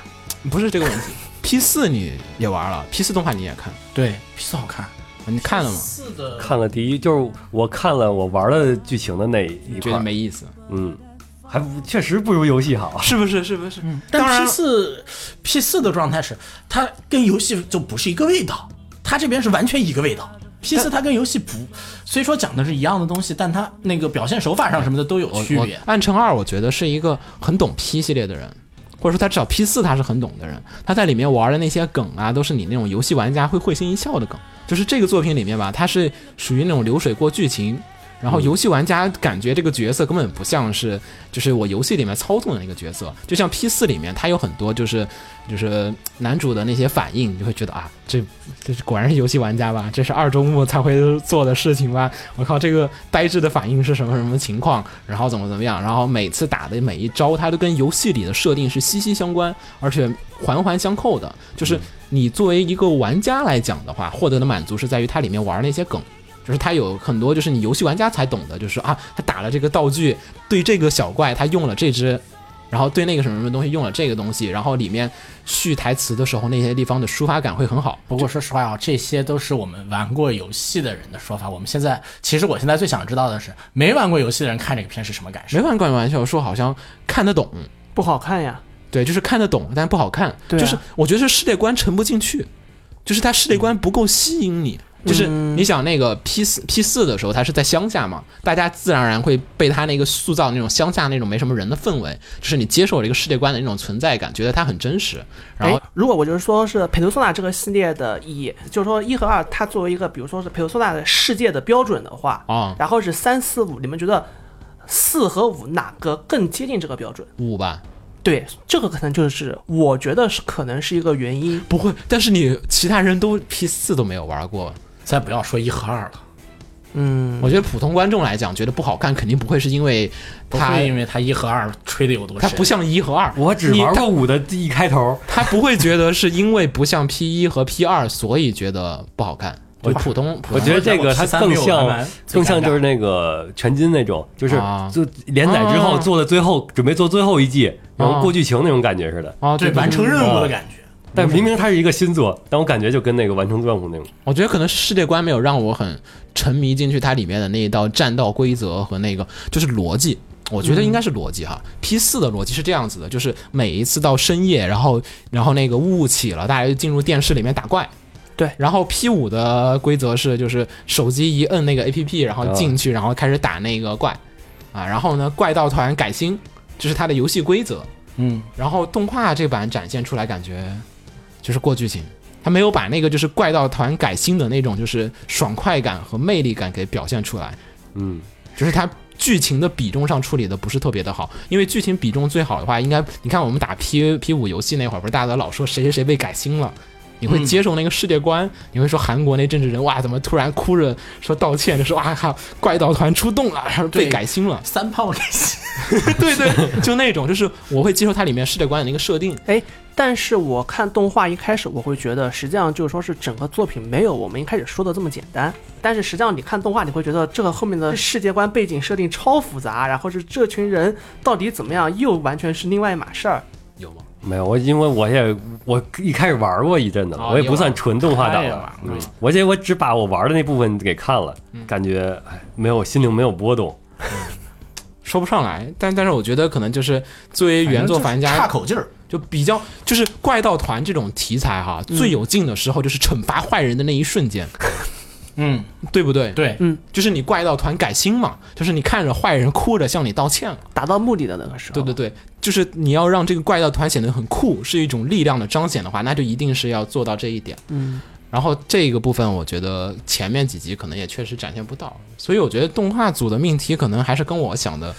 不是这个问题。P 四你也玩了，P 四动画你也看，对，P 四好看。你看了吗？四 的看了第一就是我看了我玩了剧情的那一觉块得儿，没意思，嗯，还不确实不如游戏好，是不是？是不是？但当然 P 四 P 四的状态是，它跟游戏就不是一个味道，它这边是完全一个味道。P 四它跟游戏不，虽说讲的是一样的东西，但它那个表现手法上什么的都有我区我别。暗城二，我觉得是一个很懂 P 系列的人，或者说他至少 P 四他是很懂的人。他在里面玩的那些梗啊，都是你那种游戏玩家会会心一笑的梗。就是这个作品里面吧，它是属于那种流水过剧情，然后游戏玩家感觉这个角色根本不像是就是我游戏里面操纵的那个角色，就像 P 四里面它有很多就是就是男主的那些反应，你就会觉得啊，这这是果然是游戏玩家吧，这是二周目才会做的事情吧，我靠，这个呆滞的反应是什么什么情况，然后怎么怎么样，然后每次打的每一招，它都跟游戏里的设定是息息相关，而且环环相扣的。就是你作为一个玩家来讲的话，获得的满足是在于它里面玩那些梗。就是它有很多，就是你游戏玩家才懂的，就是啊，他打了这个道具，对这个小怪他用了这只，然后对那个什么什么东西用了这个东西，然后里面续台词的时候那些地方的抒发感会很好。不过说实话啊，这些都是我们玩过游戏的人的说法。我们现在其实我现在最想知道的是，没玩过游戏的人看这个片是什么感受没？玩过玩笑说好像看得懂，不好看呀，对，就是看得懂，但不好看。对啊就是我觉得是世界观沉不进去，就是它世界观不够吸引你。就是你想那个 P 四 P 四的时候，它是在乡下嘛，大家自然而然会被它那个塑造那种乡下那种没什么人的氛围，就是你接受这个世界观的那种存在感，觉得它很真实。然后哎，如果我就是说是《佩图索纳》这个系列的意义，就是说一和二它作为一个，比如说是《佩图索纳》的世界的标准的话，哦然后是三四五，你们觉得四和五哪个更接近这个标准？五吧，对，这个可能就是我觉得是可能是一个原因。不会，但是你其他人都 P 四都没有玩过，再不要说一和二了，嗯，我觉得普通观众来讲觉得不好看，肯定不会是因为不它会因为他一和二吹的有多它深，不像一和二，我只你玩过五的一开头，他不会觉得是因为不像 P 一和 P 二，所以觉得不好看。就普通，普我通觉得这个它更我玩像完更像就是那个全金那种，就是啊就连载之后啊做的最后准备做最后一季，然后过剧情那种感觉似的。啊，对完成任务的感觉。但明明它是一个新作，但我感觉就跟那个完成任务那种。我觉得可能世界观没有让我很沉迷进去，它里面的那一道战斗规则和那个就是逻辑。我觉得应该是逻辑哈，P 四的逻辑是这样子的，就是每一次到深夜，然后然后那个雾起了，大家就进入电视里面打怪。对然后 P 五的规则是就是手机一摁那个 APP，然后进去，然后开始打那个怪，啊，然后呢怪盗团改新，这是它的游戏规则。嗯，然后动画这版展现出来感觉就是过剧情，他没有把那个就是怪盗团改新的那种就是爽快感和魅力感给表现出来，嗯，就是他剧情的比重上处理的不是特别的好，因为剧情比重最好的话，应该你看我们打 P P 五游戏那会儿，不是大家老说谁谁谁被改新了。你会接受那个世界观，你会说韩国那政治人哇，怎么突然哭着说道歉，就说哇靠，啊怪盗团出动了，然后被对改新 了，三炮给心，对对，就那种，就是我会接受它里面世界观的那个设定，哎，但是我看动画一开始，我会觉得实际上就是说是整个作品没有我们一开始说的这么简单。但是实际上你看动画，你会觉得这个后面的世界观背景设定超复杂，然后是这群人到底怎么样，又完全是另外一码事儿。有吗？没有，我因为我也我一开始玩啊过一阵子，哦我也不算纯动画党你也了玩，嗯，我这我只把我玩的那部分给看了，感觉哎没有心灵没有波动。说不上来，但但是我觉得可能就是作为原作玩 反正就是差家，口劲儿，就比较就是怪盗团这种题材哈，最有劲的时候就是惩罚坏人的那一瞬间，嗯，对不对？，对，就是你怪盗团改心嘛，就是你看着坏人哭着向你道歉了，达到目的的那个时候，对对对，就是你要让这个怪盗团显得很酷，是一种力量的彰显的话，那就一定是要做到这一点。嗯，然后这个部分，我觉得前面几集可能也确实展现不到，所以我觉得动画组的命题可能还是跟我想的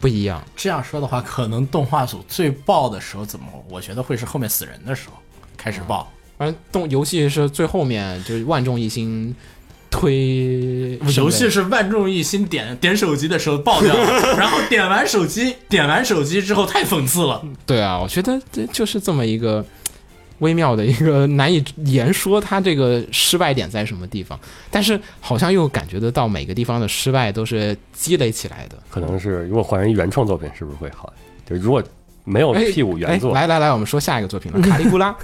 不一样。这样说的话，可能动画组最爆的时候，怎么我觉得会是后面死人的时候开始爆。反正动游戏是最后面就是万众一心推游戏是万众一心点点手机的时候爆掉了，然后点完手机，点完手机之后太讽刺了。对啊，我觉得这就是这么一个微妙的一个难以言说它这个失败点在什么地方，但是好像又感觉得到每个地方的失败都是积累起来的。可能是如果换成原创作品，是不是会好？就是如果没有哎 P 五原作，哎，来来来，我们说下一个作品了，《卡利古拉》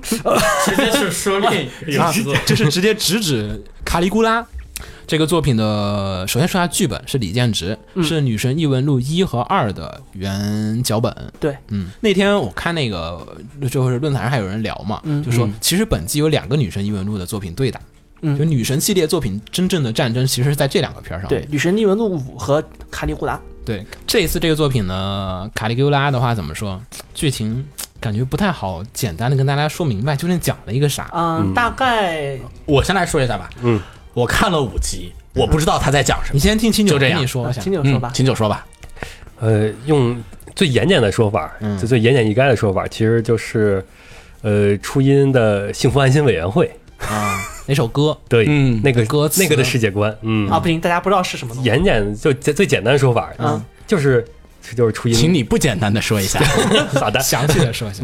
直接是说另 一啊，就是直接直指《卡利古拉》这个作品的。首先说下剧本，是李建植，嗯是《女神异闻录》一和二的原脚本。对，嗯，那天我看那个就是论坛上还有人聊嘛，嗯就说其实本季有两个女神异闻录的作品对打，嗯就女神系列作品真正的战争其实是在这两个片儿上面对，《女神异闻录五》和《卡利古拉》。对，这一次这个作品呢，《卡利古拉》的话怎么说，剧情感觉不太好，简单的跟大家说明白究竟讲了一个啊啥。嗯，大概我先来说一下吧，嗯，我看了五集，我不知道他在讲什你么。先听清九就这跟样你说一下，听你说吧嗯，。秦九说吧，呃，用最严谨的说法，嗯就最言简意赅的说法，其实就是呃初音的幸福安心委员会啊，哪首歌？对，嗯那个歌词那个的世界观，嗯，啊，不行，大家不知道是什么东西。言简就简最简单的说法，嗯，就是就是初音，请你不简单的说一下，好的，详细的说一下。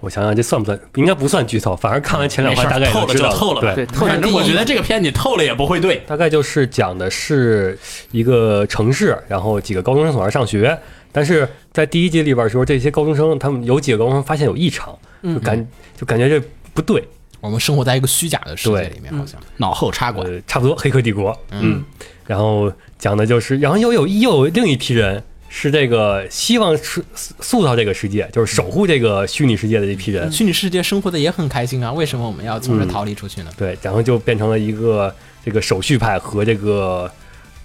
我想想这算不算？应该不算剧透，反正看完前两话没事大概也透就了知就道透了吧，对。透反正我觉得这个片你透了也不会对。大概就是讲的是一个城市，然后几个高中生从那儿上学，但是在第一集里边的时候，这些高中生他们有几个高中生发现有异常，嗯就感就感觉这不对， 我们生活在一个虚假的世界对嗯里面，好像嗯脑后插管，呃，差不多《黑客帝国》嗯嗯，然后讲的就是，然后又有又有另一批人是这个希望是塑造这个世界，就是守护这个虚拟世界的这批人，嗯虚拟世界生活的也很开心啊，为什么我们要从这逃离出去呢？嗯对，然后就变成了一个这个守序派和这个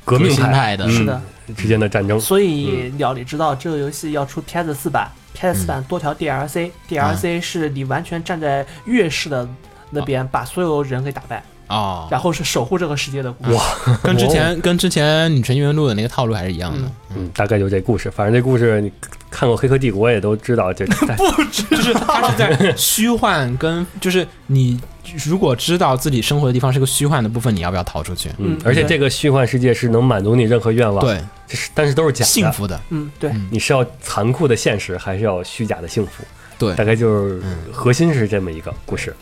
革命革新派的嗯是的之间的战争。所以嗯鸟，你知道这个游戏要出 PS 四版，PS 四版多条啊 DLC，DLC 是你完全站在月氏的那边，把所有人给打败，哦，然后是守护这个世界的故事。跟之前跟之前女神异闻录的那个套路还是一样的。嗯，大概就这故事。反正这故事你看过《黑客帝国》也都知道，这 就是它是在虚幻跟就是你如果知道自己生活的地方是个虚幻的部分，你要不要逃出去？嗯嗯，而且这个虚幻世界是能满足你任何愿望，，对，这是但是都是假的。幸，福的，嗯，对，你是要残酷的现实，还是要虚假的幸福？对大概就是核心是这么一个故事。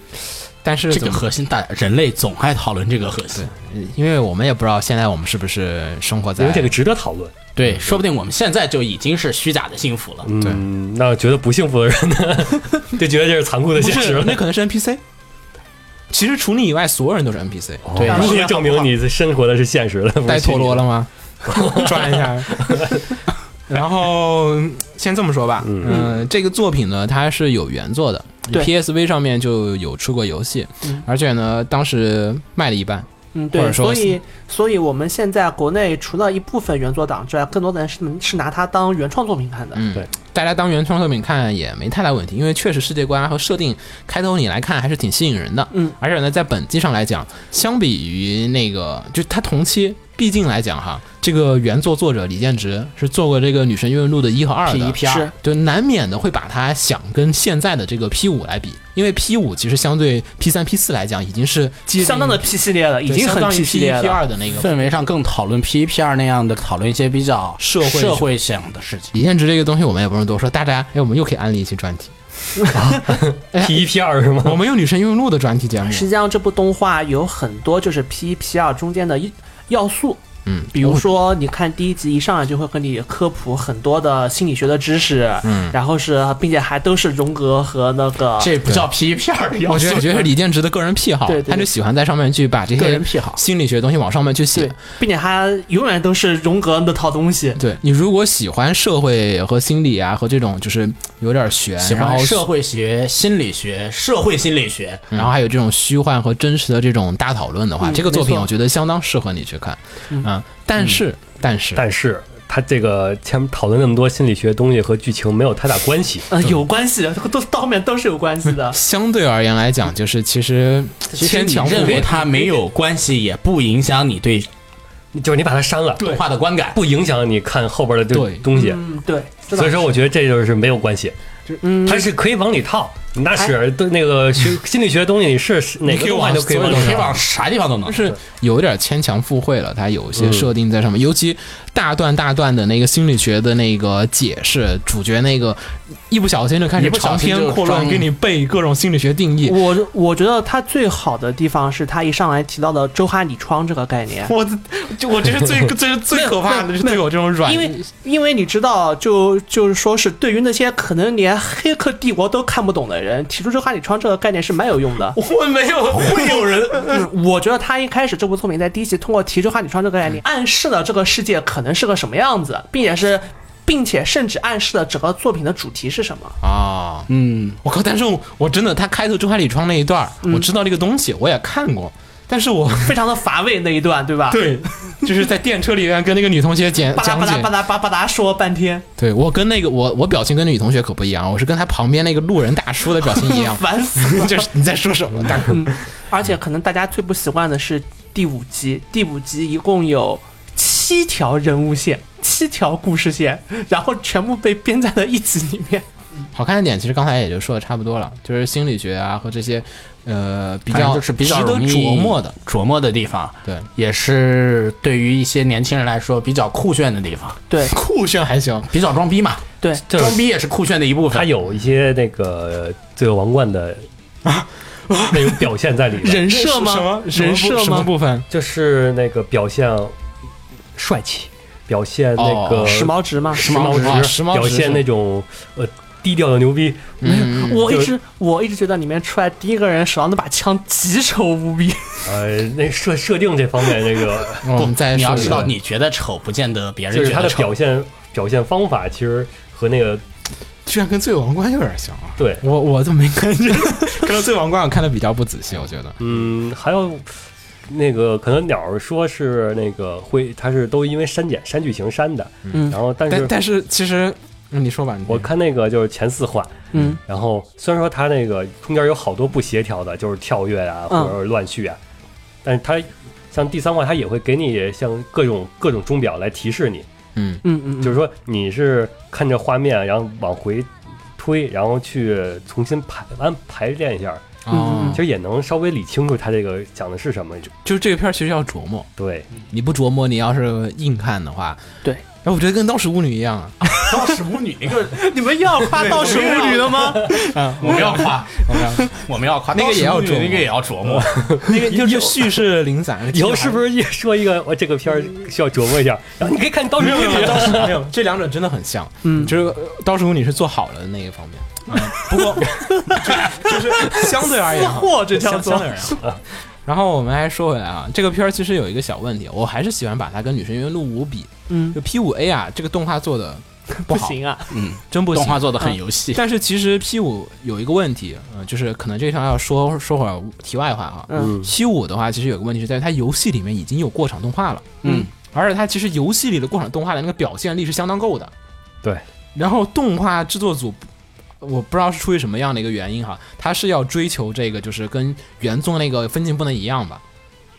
但是这怎个么？核心，大人类总爱讨论这个核心。因为我们也不知道现在我们是不是生活因为在这个值得讨论。对，说不定我们现在就已经是虚假的幸福了。嗯，那觉得不幸福的人呢， 就觉得这是残酷的不现实是了。那可能是 NPC。其实除你以外，所有人都是 NPC。对如何哦证明你生活的是现实的？不带是虚陀拟螺的了吗？ 转一下。 然后先这么说吧，嗯、这个作品呢，它是有原作的对，PSV 上面就有出过游戏，嗯而且呢，当时卖了一半，嗯，或对，者说所以所以我们现在国内除了一部分原作党之外，更多的人是是拿它当原创作品看的。嗯，对，大家当原创作品看也没太大问题，因为确实世界观和设定开头你来看还是挺吸引人的，嗯，而且呢，在本机上来讲，相比于那个就它同期。毕竟来讲哈，这个原作作者李建直是做过这个《女神异闻录》的一和二的 P 一 P 二是，对，难免的会把它想跟现在的这个 P 五来比，因为 P 五其实相对 P 三、P 四来讲已经是接近相当的 P 系列了，已对经相很当于 P 系 P 列一、P 了。二的那个。氛围上更讨论 P 一 P 二那样的，讨论一些比较社会社会性的事情。李现直这个东西我们也不用多说，大家哎，我们又可以安利一期专题，哎 P 一 P 二是吗？我们有女神异闻录的专题节目，实际上，这部动画有很多就是 P 一 P 二中间的一要素，嗯，比如说，你看第一集一上来就会跟你科普很多的心理学的知识，嗯，然后是，并且还都是荣格和那个，这不叫 P 一 P 二的要我素觉得，我觉得是李建直的个人癖好，啊对对他就喜欢在上面去把这个些人癖好心理学的东西往上面去写对。，并且它永远都是荣格那套东西，对你如果喜欢社会和心理啊，和这种就是有点悬，喜然欢后社会学、心理学、社会心理学。然后还有这种虚幻和真实的这种大讨论的话，嗯这个作品没错我觉得相当适合你去看。嗯，但是、但是。但是他这个前面讨论那么多心理学东西和剧情没有太大关系。呃，有关系，都到后面都是有关系的相对而言来讲，就是其实其实牵你强附认为会。它没有关系，也不影响你对就是你把它删了，动画的观感。不影响你看后边的这对东西。嗯，对，这倒所以说，我觉得这就是没有关系，嗯，它是可以往里套。那是对那个学心理学的东西，你是哪个动画都可以往你里可以套。往啥地方都能就。是有点牵强附会了，它有一些设定在上面，尤其大段大段的那个心理学的那个解释，主角那个一不小心就开始一不小长心篇就阔论装给你背各种心理学定义，我我觉得它最好的地方是它一上来提到的周哈里窗这个概念，我就我这是 最这是最可怕的，就是对我这种软因为因为你知道，就就是说是对于那些可能连《黑客帝国》都看不懂的人，提出周哈里窗这个概念是蛮有用的。我没有， 会有人嗯，我觉得他一开始这部作品在第一集通过提出哈女窗这个概念，暗示了这个世界可能是个什么样子，并且是，并且甚至暗示了整个作品的主题是什么。啊，嗯，我靠！但是我我真的，他开头周海里窗那一段儿，我知道这个东西，我也看过，但是我非常的乏味那一段，对吧？，对，就是在电车里面跟那个女同学讲巴拉讲巴拉解巴，拉巴拉巴拉说半天，，对我跟那个我我表情跟那女同学可不一样，我是跟她旁边那个路人大叔的表情一 样烦死了。就是你在说什么， 大哥？而且可能大家最不习惯的是第五集，第五集一共有七条人物线，七条故事线，然后全部被编在了一集里面。好看的点其实刚才也就说的差不多了，就是心理学啊和这些呃比反正较就是比较值得容易琢磨的，琢磨的地方，对，也是对于一些年轻人来说比较酷炫的地方，对酷炫还行，比较装逼嘛，对，就是装逼也是酷炫的一部它分。有一些那个罪恶王冠的那种表现在里面， 人设什吗么？人设什么吗？部分？就是那个表现帅气，表现那哦个时髦值吗？时髦值髦时髦值表现那种呃低调的牛逼。嗯，我就一直我一直觉得里面出来第一个人手上那把枪极丑无比，呃，那设设定这方面，这个我们再你要说一知道，个你觉得丑，不见得别就人是觉他得 的丑表。现表现方法其实和那个居然跟《醉王冠》有点像啊！对，我我怎么没感觉？ 可能《醉王冠》我看的比较不仔细，我觉得。嗯，还有那个可能鸟儿说是那个会，它是都因为删减删剧情删的，嗯然后但但是但是其实，嗯你说吧，你我看那个就是前四话，嗯，然后虽然说它那个中间有好多不协调的，就是跳跃啊嗯或者是乱序啊，但是它像第三话它也会给你像各种各种钟表来提示你，嗯嗯嗯，就是是说你是看着画面，然后往回推，然后去重新排安排练一下，嗯哦其，实也能稍微理清楚它这个讲的是什么。就是这个片儿其实要琢磨，对，你不琢磨，你要是硬看的话，对哎，我觉得跟《刀石巫女》一样啊，当时舞女那个， 你们又要夸道士巫女了吗？我们要 夸，我看我们要夸，那个也要当时舞琢女磨那个也要琢 磨。那 个就是叙事零散，以后是不是一说一个我这个片儿需要琢磨一下？然后你可以看当时没有没有刀石没有，这两者真的很像，嗯就是呃《刀石巫女》是做好了的那一方面，不过 就是相对而言啊，嚯，这叫相相做对而言啊。然后我们还说回来啊，这个片儿其实有一个小问题，我还是喜欢把它跟《女神异闻录五》比，嗯就 P 五 A 啊，这个动画做的不好，行啊，真不行，动画做的很游嗯戏，但是其实 P 五有一个问题，嗯、就是可能这条要说说会儿题外话啊。嗯 P 五的话，其实有个问题是在于它游戏里面已经有过场动画了，嗯，而且它其实游戏里的过场动画的那个表现力是相当够的。对。然后动画制作组，我不知道是出于什么样的一个原因哈，它是要追求这个就是跟原作那个分镜不能一样吧？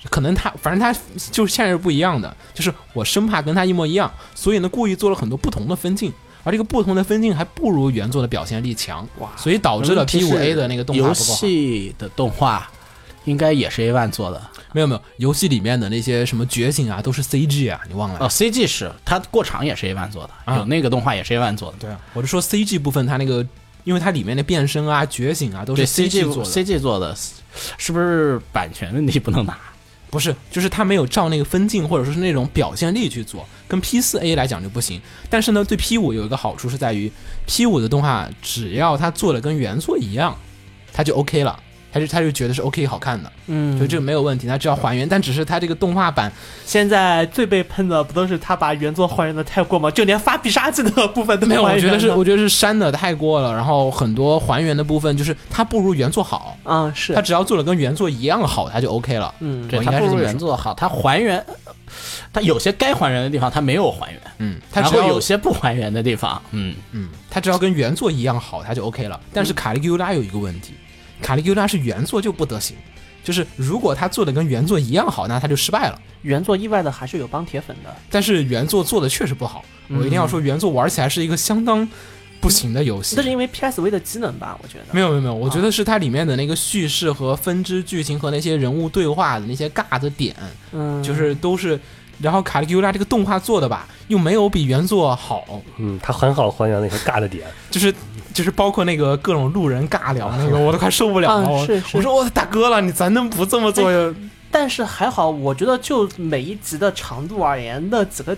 可能它反正它就是现在是不一样的，就是我生怕跟它一模一样，所以呢故意做了很多不同的分镜。而这个不同的分镜还不如原作的表现力强，哇所以导致了 P 五 A 的那个动画游不够好。戏的动画应该也是 A One 做的没有没有，游戏里面的那些什么觉醒啊，都是 CG 啊，你忘了？哦，CG 是它过场也是 A One 做的，啊有那个动画也是 A One 做的。对啊，我就说 CG 部分它那个，因为它里面的变身啊、觉醒啊都对是 CG 做的， CG 做的，是不是版权问题不能拿？不是，就是它没有照那个分镜或者说是那种表现力去做，跟 P 四 A 来讲就不行。但是呢，对 P 五有一个好处是在于，P 五的动画只要它做的跟原作一样，它就 OK 了，它就它就觉得是 OK 好看的，嗯，就这个没有问题，它只要还原。但只是它这个动画版现在最被喷的不都是他把原作还原的太过吗？就连发必杀技的部分都没有，我还原觉得是，了我觉得是删的太过了，然后很多还原的部分就是它不如原作好，啊，是它只要做的跟原作一样好，它就 OK 了。嗯对，我应它该是不这如么原说，作好，它还原，它有些该还原的地方它没有还原，嗯，它然只后要有些不还原的地方，嗯，嗯，它只要跟原作一样好，它就 OK 了。但是嗯卡利古拉有一个问题，卡利古拉是原作就不得行，就是如果他做的跟原作一样好，那他就失败了。原作意外的还是有帮铁粉的，但是原作做的确实不好，嗯我一定要说原作玩起来是一个相当不行的游戏那。是因为 PSV 的机能吧？我觉得没有没有没有，我觉得是它里面的那个叙事和分支剧情和那些人物对话的那些尬的点，嗯，就是都是。然后卡利古拉这个动画做的吧，又没有比原作好，嗯，它很好还原那些尬的点。就是就是包括那个各种路人尬聊那个，我都快受不了了。啊我是是我说我大哥了，你咱能不这么做呀？但是还好，我觉得就每一集的长度而言，那几个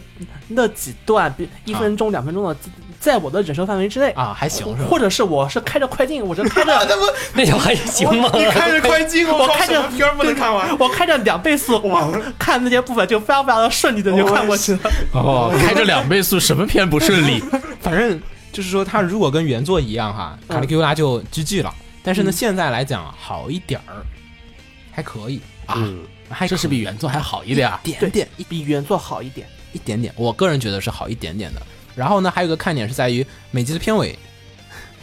那几段，比一分钟、两分钟的，在我的忍受范围之内。啊，还行是吧？或者是我是开着快进，我是 开着那条哎还行吗？看着快进，我看着片不能看完。我开着两倍速，哇， 看那些部分就非常非常的顺利的就看过去了。哦，开着两倍速，什么片不顺利？反正就是说，他如果跟原作一样哈，嗯卡利古拉就 GG 了。但是呢，嗯现在来讲好一点儿，还可以啊，嗯，还这是比原原作还好一点儿。啊点点比原作好一点，一点点，我个人觉得是好一点点的。然后呢，还有一个看点是在于每集的片尾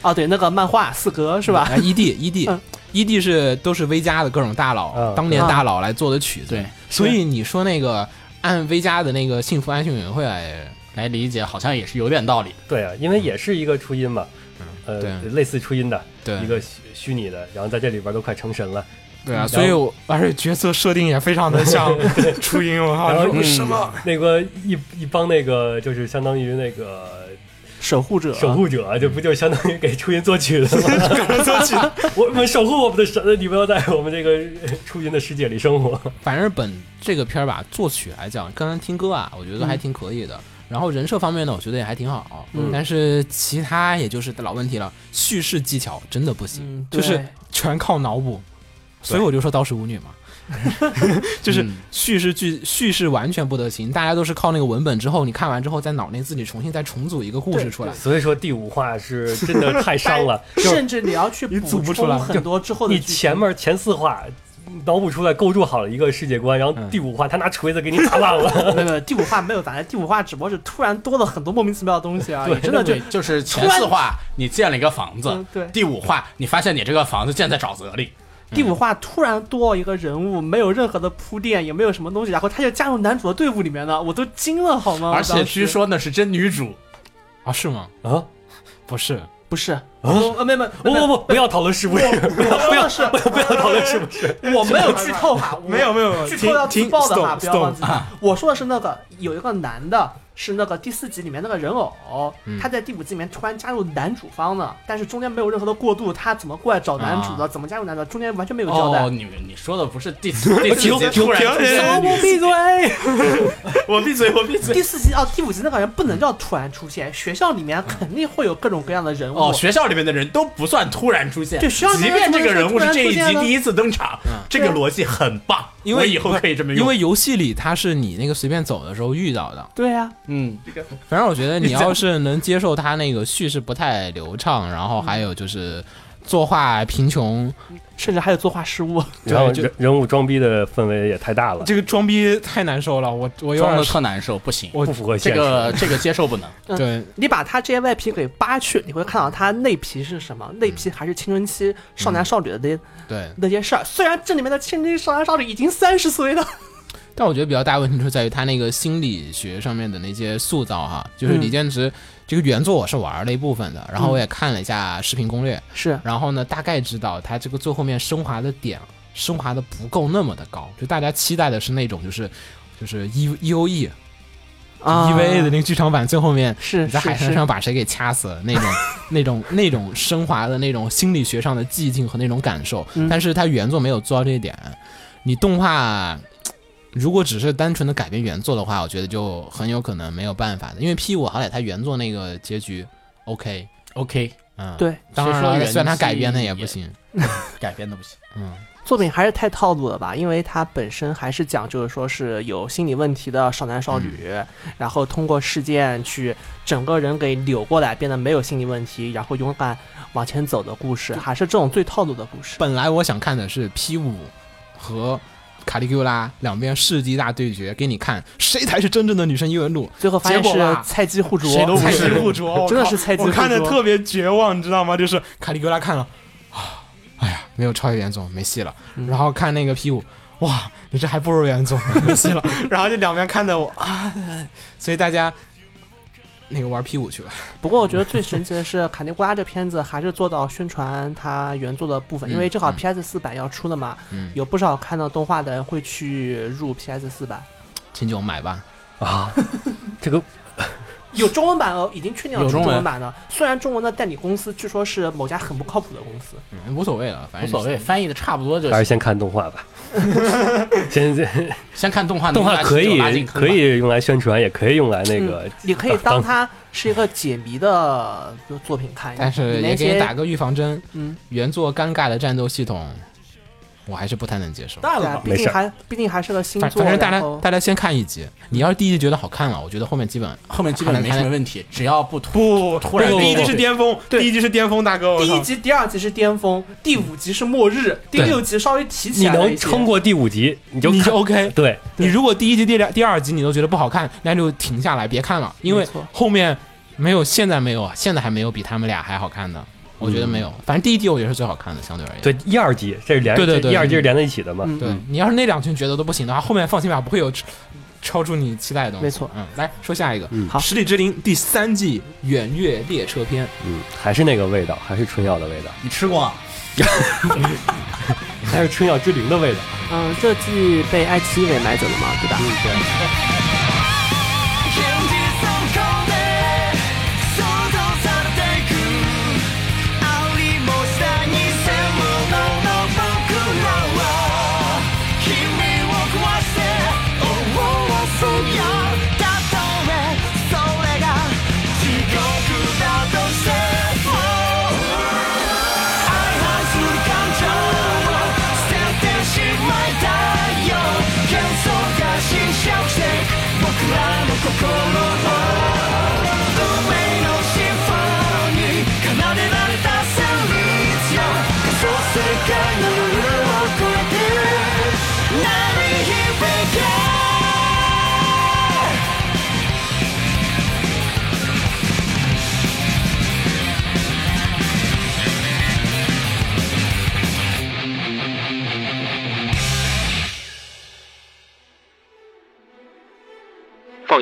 啊，对，那个漫画四格是吧？ ？E D E D 嗯 E D 是都是 V 家的各种大佬，嗯当年大佬来做的曲子。对，所以你说那个按 V 家的那个幸福安全委员会来，来理解好像也是有 点道理。对啊，因为也是一个初音嘛，呃对，类似初音的对一个虚虚拟的，然后在这里边都快成神了。对啊，所以我而且角色设定也非常的 像初音，我然后靠，什么？那个一一帮那个就是相当于那个嗯守护者，守护者，这不就相当于给初音作曲的 吗？作曲。我们守护我们的神，你不要在我们这个初音的世界里生活。反正本这个片儿吧，作曲来讲，刚刚听歌啊，我觉得还挺可以的。然后人设方面呢，我觉得也还挺好，但是其他也就是老问题了，叙事技巧真的不行，嗯就是对，全靠脑补。所以我就说刀石舞女嘛， 就是叙事剧叙事完全不得行，大家都是靠那个文本之后，你看完之后在脑内自己重新再重组一个故事出来。所以说第五话是真的 太伤了甚至你要去你组补不出来充很多之后的你剧情前面前四话脑补出来构筑好了一个世界观，然后第五话他拿锤子给你打 烂 了。没有没有，第五话没有打在第五话只不过是突然多了很多莫名其妙的东西而啊已，真的就对，就是前四话你建了一个房子嗯，对第五话你发现你这个房子建在沼泽里，第五话突然多一个人物，没有任何的铺垫，也没有什么东西，然后他就加入男主的队伍里面了，我都惊了好吗？而我且哦当时据说那是真女主，啊，是吗？啊！不是，不是，我呃没没不不不，不要讨论是不是，不要不要是不要不要讨论是不是。不，我没有剧透哈，啊我没有没有没有剧透要自停爆的停哈， ，stop，不要忘记。我说的是那个有一个男的，是那个第四集里面那个人偶，他在第五集里面突然加入男主方了，但是中间没有任何的过渡，他怎么过来找男主的，怎么加入男主的，中间完全没有交代。哦，你你说的不是 第四第四集停突然停出现小的我女主，闭嘴！ 我闭嘴，我闭嘴。第四集哦，第五集那个人不能叫突然出现，学校里面肯定会有各种各样的人物。哦，学校里面的人都不算突然出现，对学校里即面便这为个什么人物是这突一然出集现呢第一次登场，嗯这个逻辑很棒，因我为以后可以这么用。因为游戏里它是你那个随便走的时候遇到的。对啊呀、嗯，反正我觉得你要是能接受它那个叙事不太流畅，然后还有就是作画贫穷，甚至还有作画失误。 然后就人人物装逼的氛围也太大了，这个装逼太难受了，我我有装点的特难受，不行，不符合这现实。个这个接受不能。嗯对。你把他这些外皮给扒去，你会看到他内皮是什么？内皮还是青春期少男少女的那、对，那些事儿。虽然这里面的青春期少男少女已经三十岁了，但我觉得比较大问题就在于他那个心理学上面的那些塑造哈，就是嗯李建池这个原作我是玩了一部分的，然后我也看了一下视频攻略，是然后呢大概知道他这个最后面升华的点升华的不够那么的高，就大家期待的是那种就是就是 E E O E 啊 E V A 的那个剧场版最后面啊是你在是海滩是上把谁给掐死了那种 那种那种升华的那种心理学上的寂静和那种感受，嗯但是它原作没有做到这一点。你动画如果只是单纯的改变原作的话，我觉得就很有可能没有办法的，因为 P 五好歹它原作那个结局 OK， OK，嗯，，对当然谁说了，原虽然它作改编的也也不行，改编的不 行。作品还是太套路了吧？因为它本身还是讲，就是说是有心理问题的少男少女，嗯然后通过事件去整个人给扭过来，变得没有心理问题，然后勇敢往前走的故事，还是这种最套路的故事。本来我想看的是 P 五和。卡利古拉两边世纪大对决，给你看谁才是真正的女神异闻录。最后发现结果吧是菜鸡互啄，谁都不菜是鸡互啄，真的是菜鸡我互看的啄特别绝望，你知道吗？就是卡利格拉看了，啊，哎呀，没有超越原作，没戏了。然后看那个 P 五，哇，你这还不如原作， 没戏了。然后就两边看的我啊，所以大家那个玩 P 五去了。不过我觉得最神奇的是，《卡尼瓜》这片子还是做到宣传它原作的部分，因为正好嗯 PS 四版要出了嘛，嗯有不少看到动画的人会去入 PS 四版，秦九买吧，啊，这个有中文版哦，已经确定要有出中中文文版了。虽然中文的代理公司据说是某家很不靠谱的公司，嗯无所谓了，反哎无正所谓，翻译的差不多就还是行。先看动画 吧。先先先看动画， 动画可以能把这个可拉进坑吧，以用来宣传，也可以用来那个嗯，你可以当它是一个解谜的作品看一下。但是也给你打个预防针。嗯，原作尴尬的战斗系统，我还是不太能接受。淡对了啊吧，毕没竟事还毕竟还是个新反作，反正大家然后嗯大家先看一集，你要是第一集觉得好看了，我觉得后面基本啊后面基本没什么问题，只要不突突然不不不第第一集是巅峰，第一集是巅峰，大哥，我第一操集、第二集是巅峰，第五集是末日，第对六集稍微提起你来了能一些撑过第五集，你就你看就 OK。对，你如果第一集、第两、第二集你都觉得不好看，那就停下来别看了，因为没错后面没有，现在没有，现在还没有比他们俩还好看的，我觉得没有。嗯反正第一集我觉得是最好看的，相对而言。对一二集这是连对对这对一二集是连在一起的嘛？嗯对，你要是那两群觉得都不行的话，后面放心吧，不会有 超超出你期待的东西。没错嗯，来说下一个，嗯好十里之灵》第三季《远月列车篇》，嗯，还是那个味道，还是春药的味道，你吃过吗？还是春药之灵的味道。嗯，这剧被爱奇艺给买走了嘛，对吧？嗯，对。 「捨ててしまいたい」放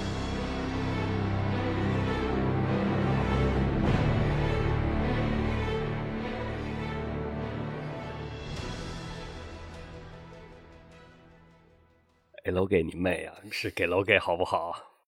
给楼给你妹啊！是给楼给好不好？